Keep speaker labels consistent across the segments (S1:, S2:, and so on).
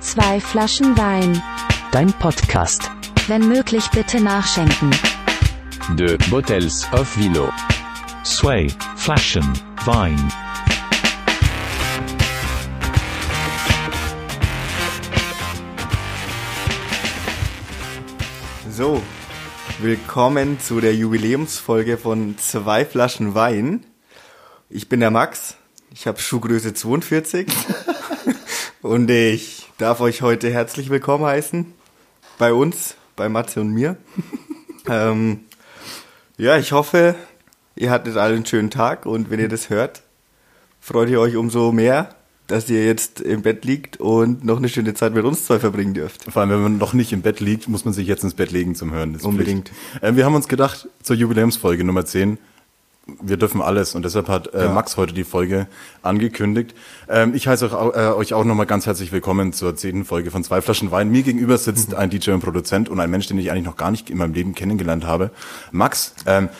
S1: Zwei Flaschen Wein.
S2: Dein Podcast.
S1: Wenn möglich bitte nachschenken.
S3: Deux bottles of vino.
S4: Sway, Flaschen, Wein.
S5: So, willkommen zu der Jubiläumsfolge von Zwei Flaschen Wein. Ich bin der Max, ich habe Schuhgröße 42 und ich darf euch heute herzlich willkommen heißen bei uns, bei Matze und mir. ähm, ja, ich hoffe, ihr hattet alle einen schönen Tag und wenn ihr das hört, freut ihr euch umso mehr, dass ihr jetzt im Bett liegt und noch eine schöne Zeit mit uns zwei verbringen dürft.
S6: Vor allem, wenn man noch nicht im Bett liegt, muss man sich jetzt ins Bett legen zum Hören. Das ist
S5: Unbedingt.
S6: Pflicht. Äh, wir haben uns gedacht, zur Jubiläumsfolge Nummer 10, wir dürfen alles. Und deshalb hat äh, Max heute die Folge angekündigt. Ähm, ich heiße euch, au- äh, euch auch nochmal ganz herzlich willkommen zur zehnten Folge von Zwei Flaschen Wein. Mir gegenüber
S5: Mhm.
S6: sitzt ein DJ und Produzent und ein Mensch, den ich eigentlich noch gar nicht in meinem Leben kennengelernt habe. Max, ähm,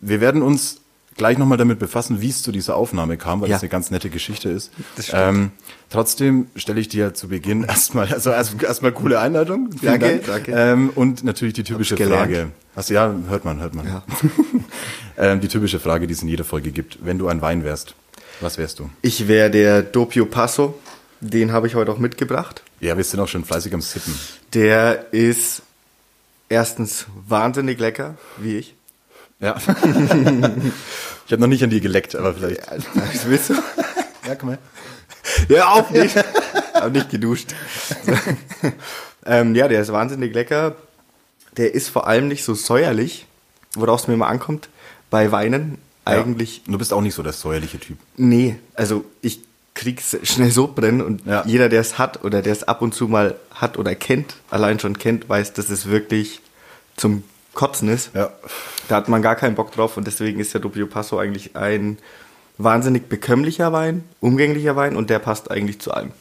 S6: wir werden uns gleich nochmal damit befassen, wie es zu dieser Aufnahme kam, weil
S5: Ja.
S6: das eine ganz nette Geschichte ist.
S5: Das stimmt.
S6: ähm, trotzdem stelle ich dir zu Beginn erstmal, also erst- erstmal coole Einleitung. Vielen
S5: Danke,
S6: Dank.
S5: danke.
S6: Ähm, und natürlich die typische
S5: gelernt.
S6: Frage. Hast, ja, hört man, hört man.
S5: Ja.
S6: ähm, die typische Frage, die es in jeder Folge gibt. Wenn du ein Wein wärst, was wärst du?
S5: Ich wäre der Doppio Passo, den habe ich heute auch mitgebracht.
S6: Ja, wir sind auch schon fleißig am Sippen.
S5: Der ist erstens wahnsinnig lecker, wie ich.
S6: Ja. ich habe noch nicht an dir geleckt, aber vielleicht.
S5: Das willst du?
S6: Ja, komm her.
S5: Ja, auch nicht. Hab nicht geduscht. ähm, ja, der ist wahnsinnig lecker. Der ist vor allem nicht so säuerlich, worauf es mir immer ankommt. Bei Weinen eigentlich
S6: Ja. Du bist auch nicht so der säuerliche Typ.
S5: Nee, also ich krieg's schnell so brennen und
S6: Ja.
S5: jeder, der es hat oder der es ab und zu mal hat oder kennt, allein schon kennt, weiß, dass es wirklich zum Kotzen ist.
S6: Ja.
S5: Da hat man gar keinen Bock drauf und deswegen ist der Doppio Passo eigentlich ein wahnsinnig bekömmlicher Wein, umgänglicher Wein und der passt eigentlich zu allem.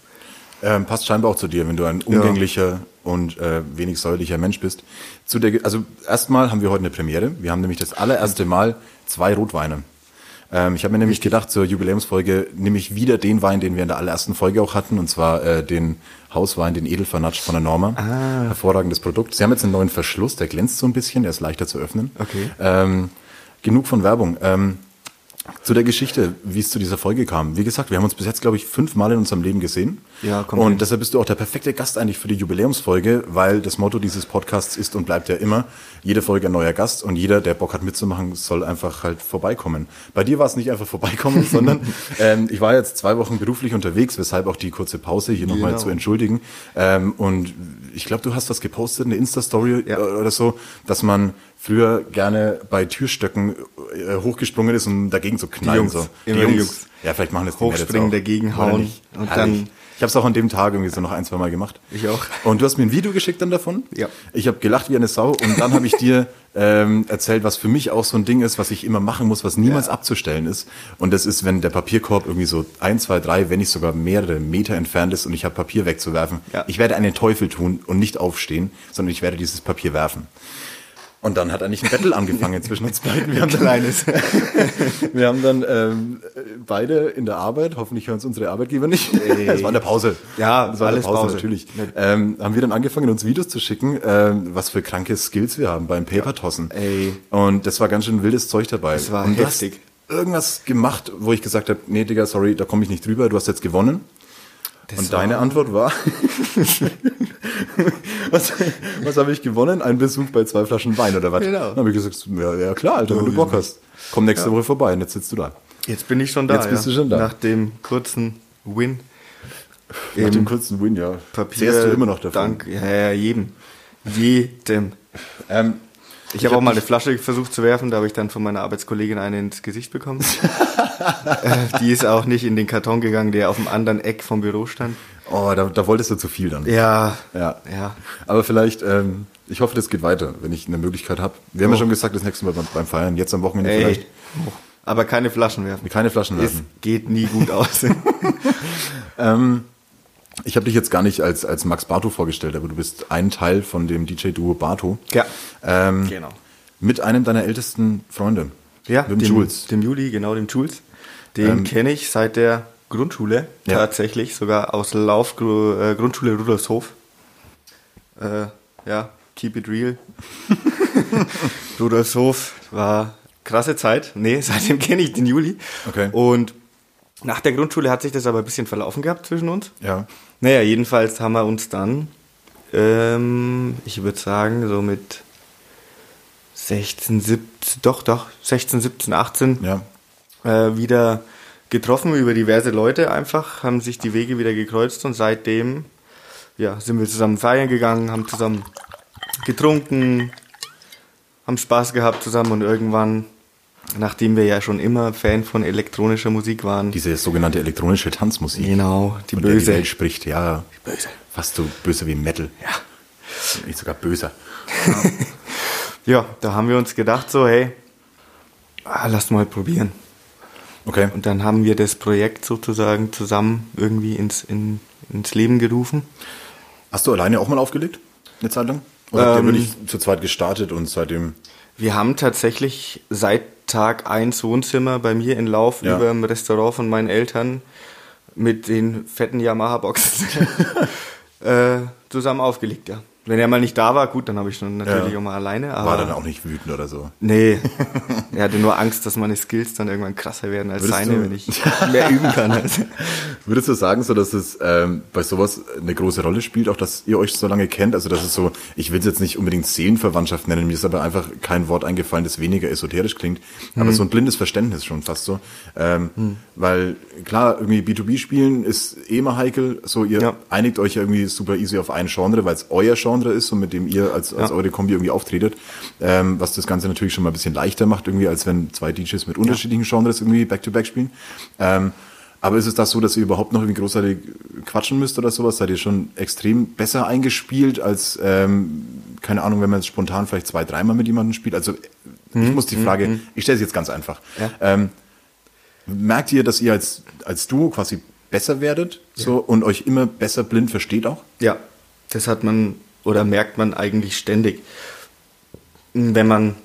S6: Ähm, passt scheinbar auch zu dir, wenn du ein umgänglicher und äh, wenig säuerlicher Mensch bist. Zu der, Ge- also erstmal haben wir heute eine Premiere. Wir haben nämlich das allererste Mal zwei Rotweine. Ähm, ich habe mir nämlich gedacht, zur Jubiläumsfolge nehme ich wieder den Wein, den wir in der allerersten Folge auch hatten, und zwar äh, den Hauswein, den Edelvernatsch von der Norma.
S5: Ah.
S6: Hervorragendes Produkt. Sie haben jetzt einen neuen Verschluss, der glänzt so ein bisschen, der ist leichter zu öffnen.
S5: Okay.
S6: Ähm, genug von Werbung. Ähm, zu der Geschichte, wie es zu dieser Folge kam. Wie gesagt, wir haben uns bis jetzt, glaube ich, fünfmal in unserem Leben gesehen.
S5: Ja, kommt
S6: Und
S5: hin.
S6: deshalb bist du auch der perfekte Gast eigentlich für die Jubiläumsfolge, weil das Motto dieses Podcasts ist und bleibt ja immer, jede Folge ein neuer Gast und jeder, der Bock hat mitzumachen, soll einfach halt vorbeikommen. Bei dir war es nicht einfach vorbeikommen, sondern ähm, ich war jetzt zwei Wochen beruflich unterwegs, weshalb auch die kurze Pause hier nochmal
S5: Genau.
S6: zu entschuldigen. Ähm, und ich glaube, du hast was gepostet, eine Insta-Story
S5: Ja.
S6: äh, oder so, dass man früher gerne bei Türstöcken äh, hochgesprungen ist, um dagegen zu knallen.
S5: Jungs,
S6: so.
S5: immer die Jungs.
S6: Ja, vielleicht machen das die Mädels
S5: Hochspringen,
S6: auch.
S5: dagegen
S6: Oder
S5: hauen
S6: nicht?
S5: und
S6: Herrlich.
S5: dann
S6: Ich habe es auch an dem Tag irgendwie so noch ein, zwei Mal gemacht.
S5: Ich auch.
S6: Und du hast mir ein Video geschickt dann davon.
S5: Ja.
S6: Ich habe gelacht wie eine Sau und dann habe ich dir ähm, erzählt, was für mich auch so ein Ding ist, was ich immer machen muss, was niemals abzustellen ist. Und das ist, wenn der Papierkorb irgendwie so ein, zwei, drei, wenn nicht sogar mehrere Meter entfernt ist und ich habe Papier wegzuwerfen.
S5: Ja.
S6: Ich werde einen Teufel tun und nicht aufstehen, sondern ich werde dieses Papier werfen. Und dann hat eigentlich ein Battle angefangen zwischen uns beiden. Wir haben dann-
S5: Kleines.
S6: wir haben dann ähm, äh, beide in der Arbeit, hoffentlich hören es unsere Arbeitgeber nicht. Es war in der Pause.
S5: Ja,
S6: es war in der
S5: alles
S6: Pause,
S5: Pause.
S6: natürlich.
S5: Ne.
S6: Ähm, haben wir dann angefangen, uns Videos zu schicken, ähm, was für kranke Skills wir haben beim Papertossen.
S5: Ey.
S6: Und das war ganz schön wildes Zeug dabei.
S5: Das war
S6: Und du
S5: heftig.
S6: hast Irgendwas gemacht, wo ich gesagt habe, nee, Digga, sorry, da komme ich nicht drüber, du hast jetzt gewonnen. Und deine Antwort war, was, was habe ich gewonnen? Ein Besuch bei zwei Flaschen Wein oder was?
S5: Genau. Oh,
S6: Dann habe ich gesagt, ja, ja klar, Alter, wenn du Bock hast. Komm nächste Woche vorbei und jetzt sitzt du da.
S5: Jetzt bin ich schon da.
S6: Jetzt bist du schon da.
S5: Nach dem kurzen Win.
S6: Nach dem
S5: Im
S6: kurzen Win, ja.
S5: Papier.
S6: Zehrst du immer noch davon.
S5: Dank, ja, ja, jedem. Jedem.
S6: Ähm,
S5: Ich, habe
S6: hab
S5: auch mal eine
S6: dich-
S5: Flasche versucht zu werfen, da habe ich dann von meiner Arbeitskollegin eine ins Gesicht bekommen. äh, die ist auch nicht in den Karton gegangen, der auf dem anderen Eck vom Büro stand.
S6: Oh, da, da wolltest du zu viel dann.
S5: Ja,
S6: Ja.
S5: ja.
S6: Aber vielleicht, ähm, ich hoffe, das geht weiter, wenn ich eine Möglichkeit habe. Wir haben ja schon gesagt, das nächste Mal beim, beim Feiern, jetzt am Wochenende
S5: Oh. Ey.
S6: vielleicht.
S5: Aber keine Flaschen werfen.
S6: Keine Flaschen
S5: Es
S6: werfen.
S5: geht nie gut aus.
S6: Ich habe dich jetzt gar nicht als, als Max Bartow vorgestellt, aber du bist ein Teil von dem DJ-Duo Bartow.
S5: Ja.
S6: Ähm,
S5: Genau.
S6: Mit einem deiner ältesten Freunde.
S5: Ja,
S6: Mit dem Jules. Ähm,
S5: Dem Juli, genau, dem Jules. Den kenne ich seit der Grundschule
S6: Ja.
S5: tatsächlich, sogar aus Lauf Gru- äh, Grundschule Rudolfshof. Äh, ja, keep it real. Rudolfshof war krasse Zeit. Nee, seitdem kenne ich den Juli.
S6: Okay.
S5: Und nach der Grundschule hat sich das aber ein bisschen verlaufen gehabt zwischen uns.
S6: Ja.
S5: Naja, jedenfalls haben wir uns dann, ähm, ich würde sagen, so mit 16, 17, doch, doch, 16, 17, 18
S6: Ja.
S5: äh, wieder getroffen über diverse Leute einfach, haben sich die Wege wieder gekreuzt und seitdem ja, sind wir zusammen feiern gegangen, haben zusammen getrunken, haben Spaß gehabt zusammen und irgendwann, nachdem wir ja schon immer Fan von elektronischer Musik waren,
S6: Diese sogenannte elektronische Tanzmusik.
S5: Genau, die
S6: Von der
S5: böse.
S6: Die Welt spricht, ja.
S5: böse.
S6: Fast so böse wie Metal. Ja. Nicht sogar böser.
S5: Ja, da haben wir uns gedacht, so, hey, ah, lass mal probieren.
S6: Okay.
S5: Und dann haben wir das Projekt sozusagen zusammen irgendwie ins, in, ins Leben gerufen.
S6: Hast du alleine auch mal aufgelegt? Eine Zeit lang? Oder
S5: Ähm,
S6: habt ihr wirklich zu zweit gestartet und seitdem.
S5: Wir haben tatsächlich seit Tag 1 Wohnzimmer bei mir in Lauf
S6: Ja.
S5: über dem Restaurant von meinen Eltern mit den fetten Yamaha-Boxen äh, zusammen aufgelegt, ja. Wenn er mal nicht da war, gut, dann habe ich schon natürlich
S6: Ja.
S5: auch mal alleine. Aber
S6: War dann auch nicht wütend oder so.
S5: Nee, er hatte nur Angst, dass meine Skills dann irgendwann krasser werden als
S6: Würdest
S5: seine,
S6: du-
S5: wenn ich mehr üben kann. Also.
S6: Würdest du sagen, so dass es ähm, bei sowas eine große Rolle spielt, auch dass ihr euch so lange kennt? Also dass es so, ich will es jetzt nicht unbedingt Seelenverwandtschaft nennen, mir ist aber einfach kein Wort eingefallen, das weniger esoterisch klingt,
S5: Mhm.
S6: aber so ein blindes Verständnis schon fast so. Ähm, Weil klar, irgendwie B2B spielen ist eh immer heikel, so ihr
S5: Ja.
S6: einigt euch ja irgendwie super easy auf ein Genre, weil es euer Genre ist und mit dem ihr als, als
S5: Ja.
S6: eure Kombi irgendwie auftretet, ähm, was das Ganze natürlich schon mal ein bisschen leichter macht, irgendwie als wenn zwei DJs mit unterschiedlichen Genres irgendwie Back-to-Back spielen. Ähm, aber ist es das so, dass ihr überhaupt noch irgendwie großartig quatschen müsst oder sowas? Seid ihr schon extrem besser eingespielt als, ähm, keine Ahnung, wenn man jetzt spontan vielleicht zwei, dreimal mit jemandem spielt? Also
S5: Mhm,
S6: ich muss die Frage, ich stelle es jetzt ganz einfach. Ähm, merkt ihr, dass ihr als, als Duo quasi besser werdet so und euch immer besser blind versteht auch?
S5: Ja, das hat man oder merkt man eigentlich ständig. Wenn man,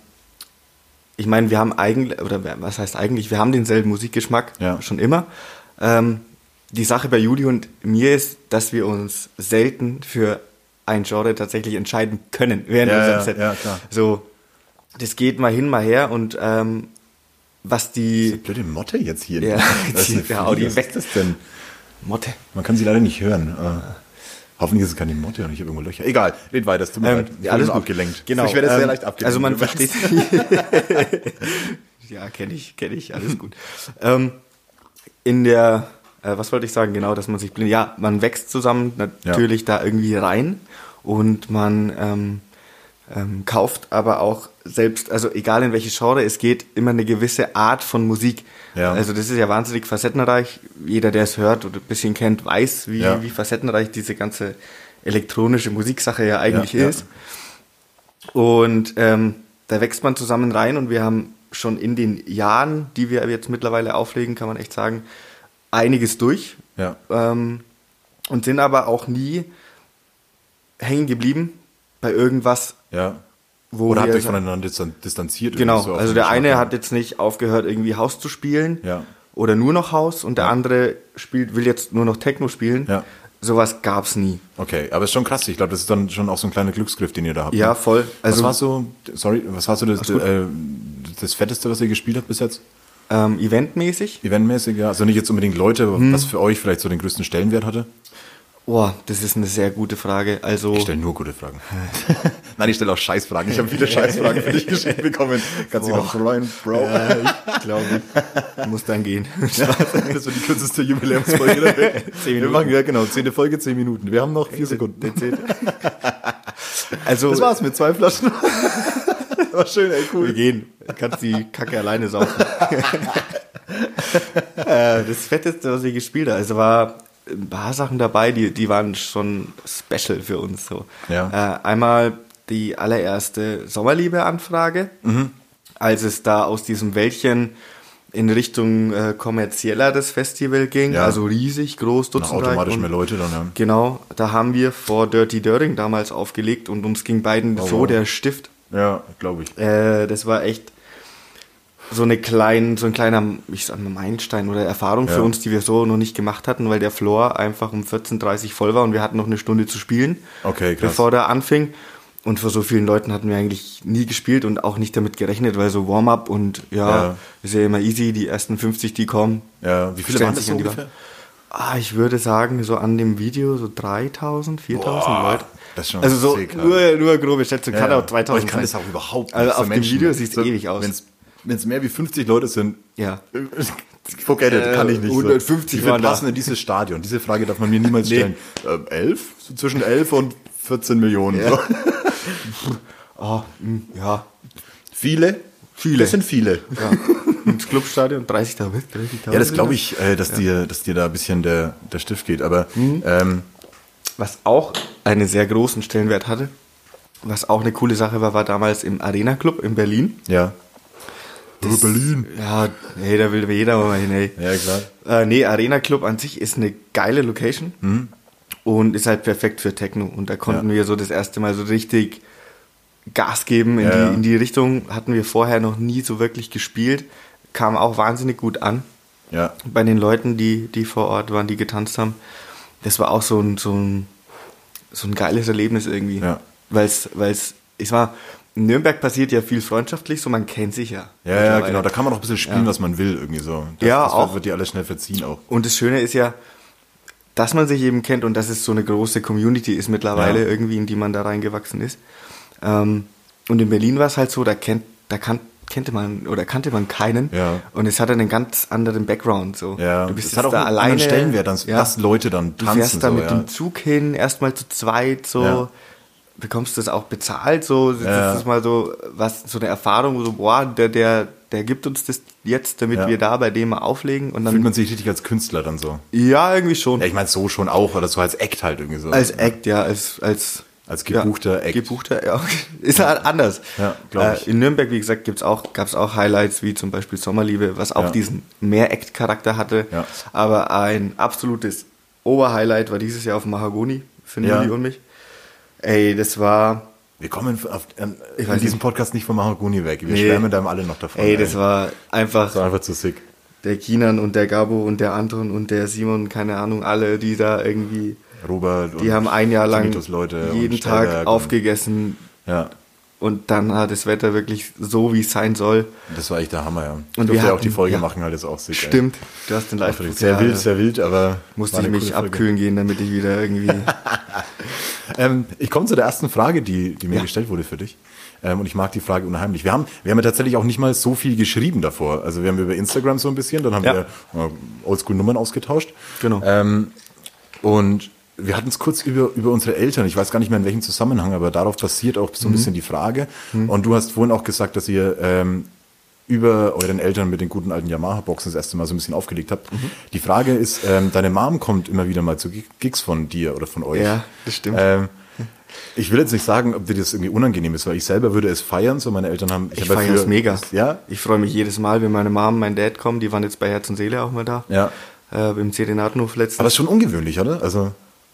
S5: ich meine, wir haben eigentlich, oder wer- was heißt eigentlich, wir haben denselben Musikgeschmack
S6: Ja.
S5: schon immer. Ähm, die Sache bei Juli und mir ist, dass wir uns selten für ein Genre tatsächlich entscheiden können während
S6: Ja,
S5: unserem
S6: ja,
S5: Set.
S6: ja, klar.
S5: So, das geht mal hin, mal her und ähm, was die
S6: Blöde Motte jetzt hier.
S5: Ja,
S6: Das ist
S5: die-
S6: eine
S5: ja,
S6: Fliege.
S5: die
S6: Was
S5: weg.
S6: ist das denn?
S5: Motte.
S6: Man kann sie leider nicht hören. Äh, hoffentlich ist es keine Motte und ich habe irgendwo Löcher. Egal, red weiter, es tut mir
S5: Ähm,
S6: leid. Ich bin
S5: ja, alles
S6: nur
S5: gut.
S6: abgelenkt.
S5: Genau.
S6: Ich werde
S5: ähm,
S6: sehr leicht abgelenkt.
S5: Also man
S6: Du merkst.
S5: versteht. ja, kenne ich, kenne ich, alles gut. ähm, in der, äh, was wollte ich sagen, genau, dass man sich blind, ja, man wächst zusammen natürlich da irgendwie rein und man ähm, ähm, kauft aber auch selbst, also egal in welche Genre es geht, immer eine gewisse Art von Musik.
S6: Ja.
S5: Also das ist ja wahnsinnig facettenreich. Jeder, der es hört oder ein bisschen kennt, weiß, wie,
S6: Ja.
S5: wie facettenreich diese ganze elektronische Musiksache ja eigentlich
S6: Ja, ja.
S5: ist. Und ähm, da wächst man zusammen rein und wir haben schon in den Jahren, die wir jetzt mittlerweile auflegen, kann man echt sagen, einiges durch.
S6: Ja.
S5: Ähm, und sind aber auch nie hängen geblieben bei irgendwas,
S6: Ja.
S5: wo
S6: Oder habt
S5: wir
S6: ihr euch voneinander distan- distanziert?
S5: Genau,
S6: irgendwie so auf
S5: also
S6: den
S5: der
S6: Geschmack
S5: eine
S6: hin?
S5: hat jetzt nicht aufgehört, irgendwie Haus zu spielen
S6: Ja.
S5: oder nur noch Haus und der andere spielt, will jetzt nur noch Techno spielen.
S6: Ja.
S5: Sowas gab's nie.
S6: Okay, aber ist schon krass. Ich glaube, das ist dann schon auch so ein kleiner Glücksgriff, den ihr da habt.
S5: Ja,
S6: ne?
S5: voll.
S6: was
S5: Also-
S6: war so, sorry, was war so das, äh, das Fetteste, was ihr gespielt habt bis jetzt?
S5: Ähm, eventmäßig,
S6: Eventmäßig, ja. Also nicht jetzt unbedingt Leute, aber was für euch vielleicht so den größten Stellenwert hatte?
S5: boah, das ist eine sehr gute Frage. Also
S6: Ich stelle nur gute Fragen. Oh. Nein, ich stelle auch Scheißfragen. Ich habe viele Scheißfragen für dich geschickt bekommen. Kannst dich noch freuen, Bro.
S5: äh, ich glaube, ich muss dann gehen.
S6: das wird die kürzeste Jubiläumsfolge der Welt. Wir
S5: Minuten.
S6: machen, ja genau, zehnte Folge, zehn Minuten. Wir haben noch vier Sekunden.
S5: Also
S6: Das war's mit zwei Flaschen. War schön, ey,
S5: wir
S6: cool.
S5: gehen. Du kannst die Kacke alleine saufen. äh, das Fetteste, was ich gespielt habe, also war ein paar Sachen dabei, die, die waren schon special für uns. So.
S6: Ja.
S5: Äh, einmal die
S6: Mhm.
S5: allererste Sommerliebe-Anfrage, als es da aus diesem Wäldchen in Richtung äh, kommerzieller das Festival ging,
S6: Ja.
S5: also riesig groß,
S6: Nach
S5: Dutzendreich
S6: automatisch
S5: und-
S6: mehr Leute dann, ja.
S5: Genau, da haben wir vor Dirty Döring damals aufgelegt und uns ging beiden so
S6: Oh, wow.
S5: der Stift.
S6: Ja, glaube ich.
S5: Äh, das war echt so eine klein, so ein kleiner, ich sag mal, Meilenstein oder Erfahrung
S6: Ja.
S5: für uns, die wir so noch nicht gemacht hatten, weil der Floor einfach um 14.30 Uhr voll war und wir hatten noch eine Stunde zu spielen,
S6: Okay, krass.
S5: bevor der anfing. Und vor so vielen Leuten hatten wir eigentlich nie gespielt und auch nicht damit gerechnet, weil so Warm-up und ja,
S6: Ja.
S5: ist ja immer easy, die ersten 50, die kommen.
S6: Ja, wie viele
S5: stellen
S6: waren das
S5: sich an
S6: so
S5: die
S6: ungefähr?
S5: Wand. Ah, ich würde sagen, so an dem Video so 3000, 4000
S6: Boah,
S5: Leute.
S6: das ist schon
S5: also so
S6: sick,
S5: nur, nur grobe Schätzung, kann
S6: Ja,
S5: auch 2000
S6: Aber ich kann
S5: sein.
S6: das auch überhaupt nicht.
S5: Also
S6: für
S5: auf dem
S6: Menschen.
S5: Video sieht's
S6: So,
S5: ewig aus.
S6: wenn's- Wenn's mehr wie 50 Leute sind,
S5: Ja.
S6: forget it, kann ich nicht. so.
S5: 150
S6: Wie viele
S5: waren da.
S6: passen in dieses Stadion? Diese Frage darf man mir niemals
S5: Nee.
S6: stellen. Ähm, elf? So zwischen elf und 14 Millionen. So.
S5: Ah, hm, ja.
S6: Viele?
S5: Viele.
S6: Das sind viele.
S5: ja. Ins Clubstadion 30.000. 30.000.
S6: Ja, das
S5: ne?
S6: glaube ich, äh, dass, dir, dass dir da ein bisschen der, der Stift geht. Aber
S5: Hm?
S6: ähm,
S5: Was auch einen sehr großen Stellenwert hatte, was auch eine coole Sache war, war damals im Arena Club in Berlin.
S6: ja. Berlin.
S5: Ja, hey, da will jeder mal hin, ey.
S6: Ja, klar.
S5: Äh, nee, Arena Club an sich ist eine geile Location und ist halt perfekt für Techno. Und da konnten
S6: Mhm. Ja.
S5: wir so das erste Mal so richtig Gas geben in,
S6: Ja, ja.
S5: die, in die Richtung. Hatten wir vorher noch nie so wirklich gespielt. Kam auch wahnsinnig gut an
S6: Ja.
S5: bei den Leuten, die, die vor Ort waren, die getanzt haben. Das war auch so ein, so ein, so ein geiles Erlebnis irgendwie.
S6: Ja.
S5: Weil es, ich war, in Nürnberg passiert ja viel freundschaftlich, so man kennt sich ja.
S6: Ja, ja,
S5: mittlerweile.
S6: genau. Da kann man auch ein bisschen spielen, was man will, irgendwie so. Das,
S5: Ja,
S6: das
S5: auch.
S6: wird dir alles schnell verziehen auch.
S5: Und das Schöne ist ja, dass man sich eben kennt und dass es so eine große Community ist mittlerweile
S6: Ja.
S5: irgendwie, in die man da reingewachsen ist. Ähm, und in Berlin war es halt so, da kennt, da kan kannte man oder kannte man keinen
S6: Ja.
S5: und es hatte einen ganz anderen Background so.
S6: Ja,
S5: du bist
S6: das hat auch
S5: da
S6: einen
S5: alleine.
S6: anderen Stellenwert, dass,
S5: Ja.
S6: dass Leute dann
S5: Du
S6: tanzen.
S5: fährst da
S6: so,
S5: mit
S6: ja.
S5: dem Zug hin, erstmal zu zweit, so
S6: Ja.
S5: bekommst das auch bezahlt, so das
S6: Ja.
S5: ist mal so was so eine Erfahrung, wo so boah, der der der gibt uns das jetzt, damit
S6: Ja.
S5: wir da bei dem mal auflegen und
S6: fühlt
S5: dann
S6: man sich richtig als Künstler dann
S5: Mhm.
S6: so.
S5: ja irgendwie schon
S6: Ja, ich meine so schon auch, oder so als Act halt irgendwie so.
S5: als Act, ja, als als
S6: Als gebuchter
S5: ja,
S6: Act.
S5: Gebuchter, ja. Ist halt anders.
S6: Ja, glaub ich.
S5: Äh, in Nürnberg, wie gesagt, gibt's auch, gab's auch Highlights, wie zum Beispiel Sommerliebe, was auch
S6: Ja.
S5: diesen Mehr-Act-Charakter hatte.
S6: Ja.
S5: Aber ein absolutes Oberhighlight war dieses Jahr auf dem Mahagoni für
S6: Ja.
S5: Nili und mich. Ey, das war,
S6: Wir kommen auf, ähm,
S5: Ich
S6: in
S5: weiß
S6: diesem
S5: nicht.
S6: Podcast nicht vom Mahagoni weg. Wir
S5: Nee.
S6: schwärmen da alle noch davon.
S5: ey, das war einfach
S6: Oh, das war einfach zu sick.
S5: der Kinan und der Gabo und der Anton und der Simon, keine Ahnung, alle, die da irgendwie,
S6: Robert
S5: die haben ein Jahr lang
S6: Leute
S5: jeden Tag aufgegessen,
S6: Ja,
S5: Und dann hat das Wetter wirklich so, wie es sein soll.
S6: das war echt der Hammer, ja. Und
S5: wir
S6: Dürfen wir auch
S5: hatten-
S6: die Folge
S5: ja.
S6: machen, halt ist auch sick. ey.
S5: Stimmt, du hast den live
S6: Aufregend. Sehr wild, sehr wild, aber war
S5: Musste ich
S6: eine
S5: mich
S6: coole Folge.
S5: abkühlen gehen, damit ich wieder irgendwie.
S6: Ähm, ich komme zu der ersten Frage, die, die mir
S5: Ja.
S6: gestellt wurde für dich. Ähm, und ich mag die Frage unheimlich. Wir haben, wir haben ja tatsächlich auch nicht mal so viel geschrieben davor. Also wir haben über Instagram so ein bisschen, dann haben
S5: Ja.
S6: wir äh, Oldschool-Nummern ausgetauscht.
S5: Genau.
S6: Ähm, und wir hatten es kurz über, über unsere Eltern. Ich weiß gar nicht mehr in welchem Zusammenhang, aber darauf basiert auch
S5: Mhm.
S6: so ein bisschen die Frage. Und du hast vorhin auch gesagt, dass ihr ähm, über euren Eltern mit den guten alten Yamaha-Boxen das erste Mal so ein bisschen aufgelegt habt.
S5: Mhm.
S6: Die Frage ist, ähm, deine Mom kommt immer wieder mal zu Gig- Gigs von dir oder von euch.
S5: Ja, das stimmt.
S6: Ähm, ich will jetzt nicht sagen, ob dir das irgendwie unangenehm ist, weil ich selber würde es feiern, so meine Eltern haben.
S5: Ich
S6: hab ja
S5: feiere es
S6: früher-
S5: mega.
S6: Ja?
S5: Ich freue mich jedes Mal, wenn meine Mom, mein Dad kommen. Die waren jetzt bei Herz und Seele auch mal da.
S6: Ja.
S5: Äh, Im Serenatenhof letztens.
S6: Aber es ist schon ungewöhnlich, oder? Also,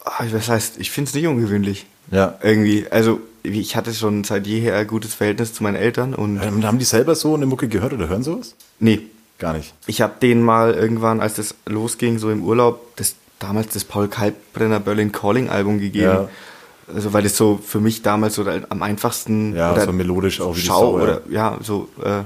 S5: Ah, Das heißt, ich finde es nicht ungewöhnlich.
S6: Ja.
S5: Irgendwie. Also, ich hatte schon seit jeher ein gutes Verhältnis zu meinen Eltern und.
S6: ähm, haben die selber so eine Mucke gehört oder hören sowas?
S5: Nee,
S6: Gar nicht.
S5: ich habe den mal irgendwann, als das losging, so im Urlaub, das damals das Paul Kalkbrenner Berlin Calling Album gegeben.
S6: Ja.
S5: Also weil das so für mich damals so am einfachsten
S6: Ja, so melodisch auch wie die
S5: Schau
S6: Sau, ja.
S5: oder ja, so äh,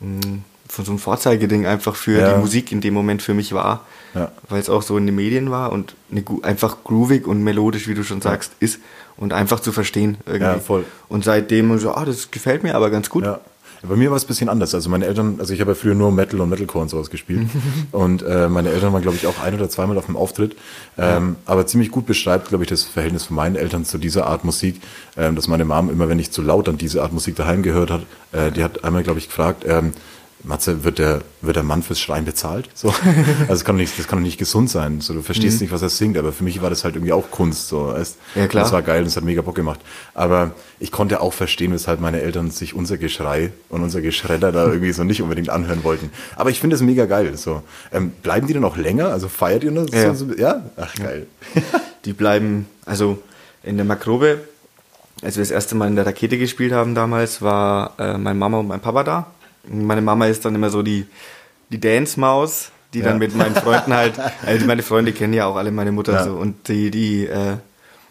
S5: mh, von so einem Vorzeigeding einfach für
S6: Ja.
S5: die Musik in dem Moment für mich war,
S6: Ja.
S5: weil es auch so in den Medien war und eine, gu- einfach groovig und melodisch, wie du schon sagst, ist und einfach zu verstehen irgendwie.
S6: Ja, voll.
S5: Und seitdem so, ah, das gefällt mir aber ganz gut.
S6: Ja. Bei mir war es ein bisschen anders. Also meine Eltern, also ich habe ja früher nur Metal und Metalcore und sowas gespielt. und äh, meine Eltern waren, glaube ich, auch ein oder zweimal auf dem Auftritt. Ähm, Aber ziemlich gut beschreibt, glaube ich, das Verhältnis von meinen Eltern zu dieser Art Musik, ähm, dass meine Mom immer, wenn ich zu laut an diese Art Musik daheim gehört hat, äh, die hat einmal, glaube ich, gefragt, ähm, Matze, wird der, wird der Mann fürs Schreien bezahlt? So. Also das kann doch nicht, das kann doch nicht gesund sein. So, du verstehst nicht, was er singt, aber für mich war das halt irgendwie auch Kunst. So. Es,
S5: Ja, klar.
S6: Das war geil und es hat mega Bock gemacht. Aber ich konnte auch verstehen, weshalb meine Eltern sich unser Geschrei und unser Geschredder da irgendwie so nicht unbedingt anhören wollten. Aber ich finde es mega geil. So. Ähm, bleiben die denn auch länger? Also feiert ihr das?
S5: Ja.
S6: So, so, ja? Ach, geil.
S5: Die bleiben, also in der Makrobe, als wir das erste Mal in der Rakete gespielt haben damals, war äh, meine Mama und mein Papa da. Meine Mama ist dann immer so die, die Dance-Maus, die dann
S6: Ja.
S5: mit meinen Freunden halt, also meine Freunde kennen ja auch alle meine Mutter
S6: Ja.
S5: so und die, die äh,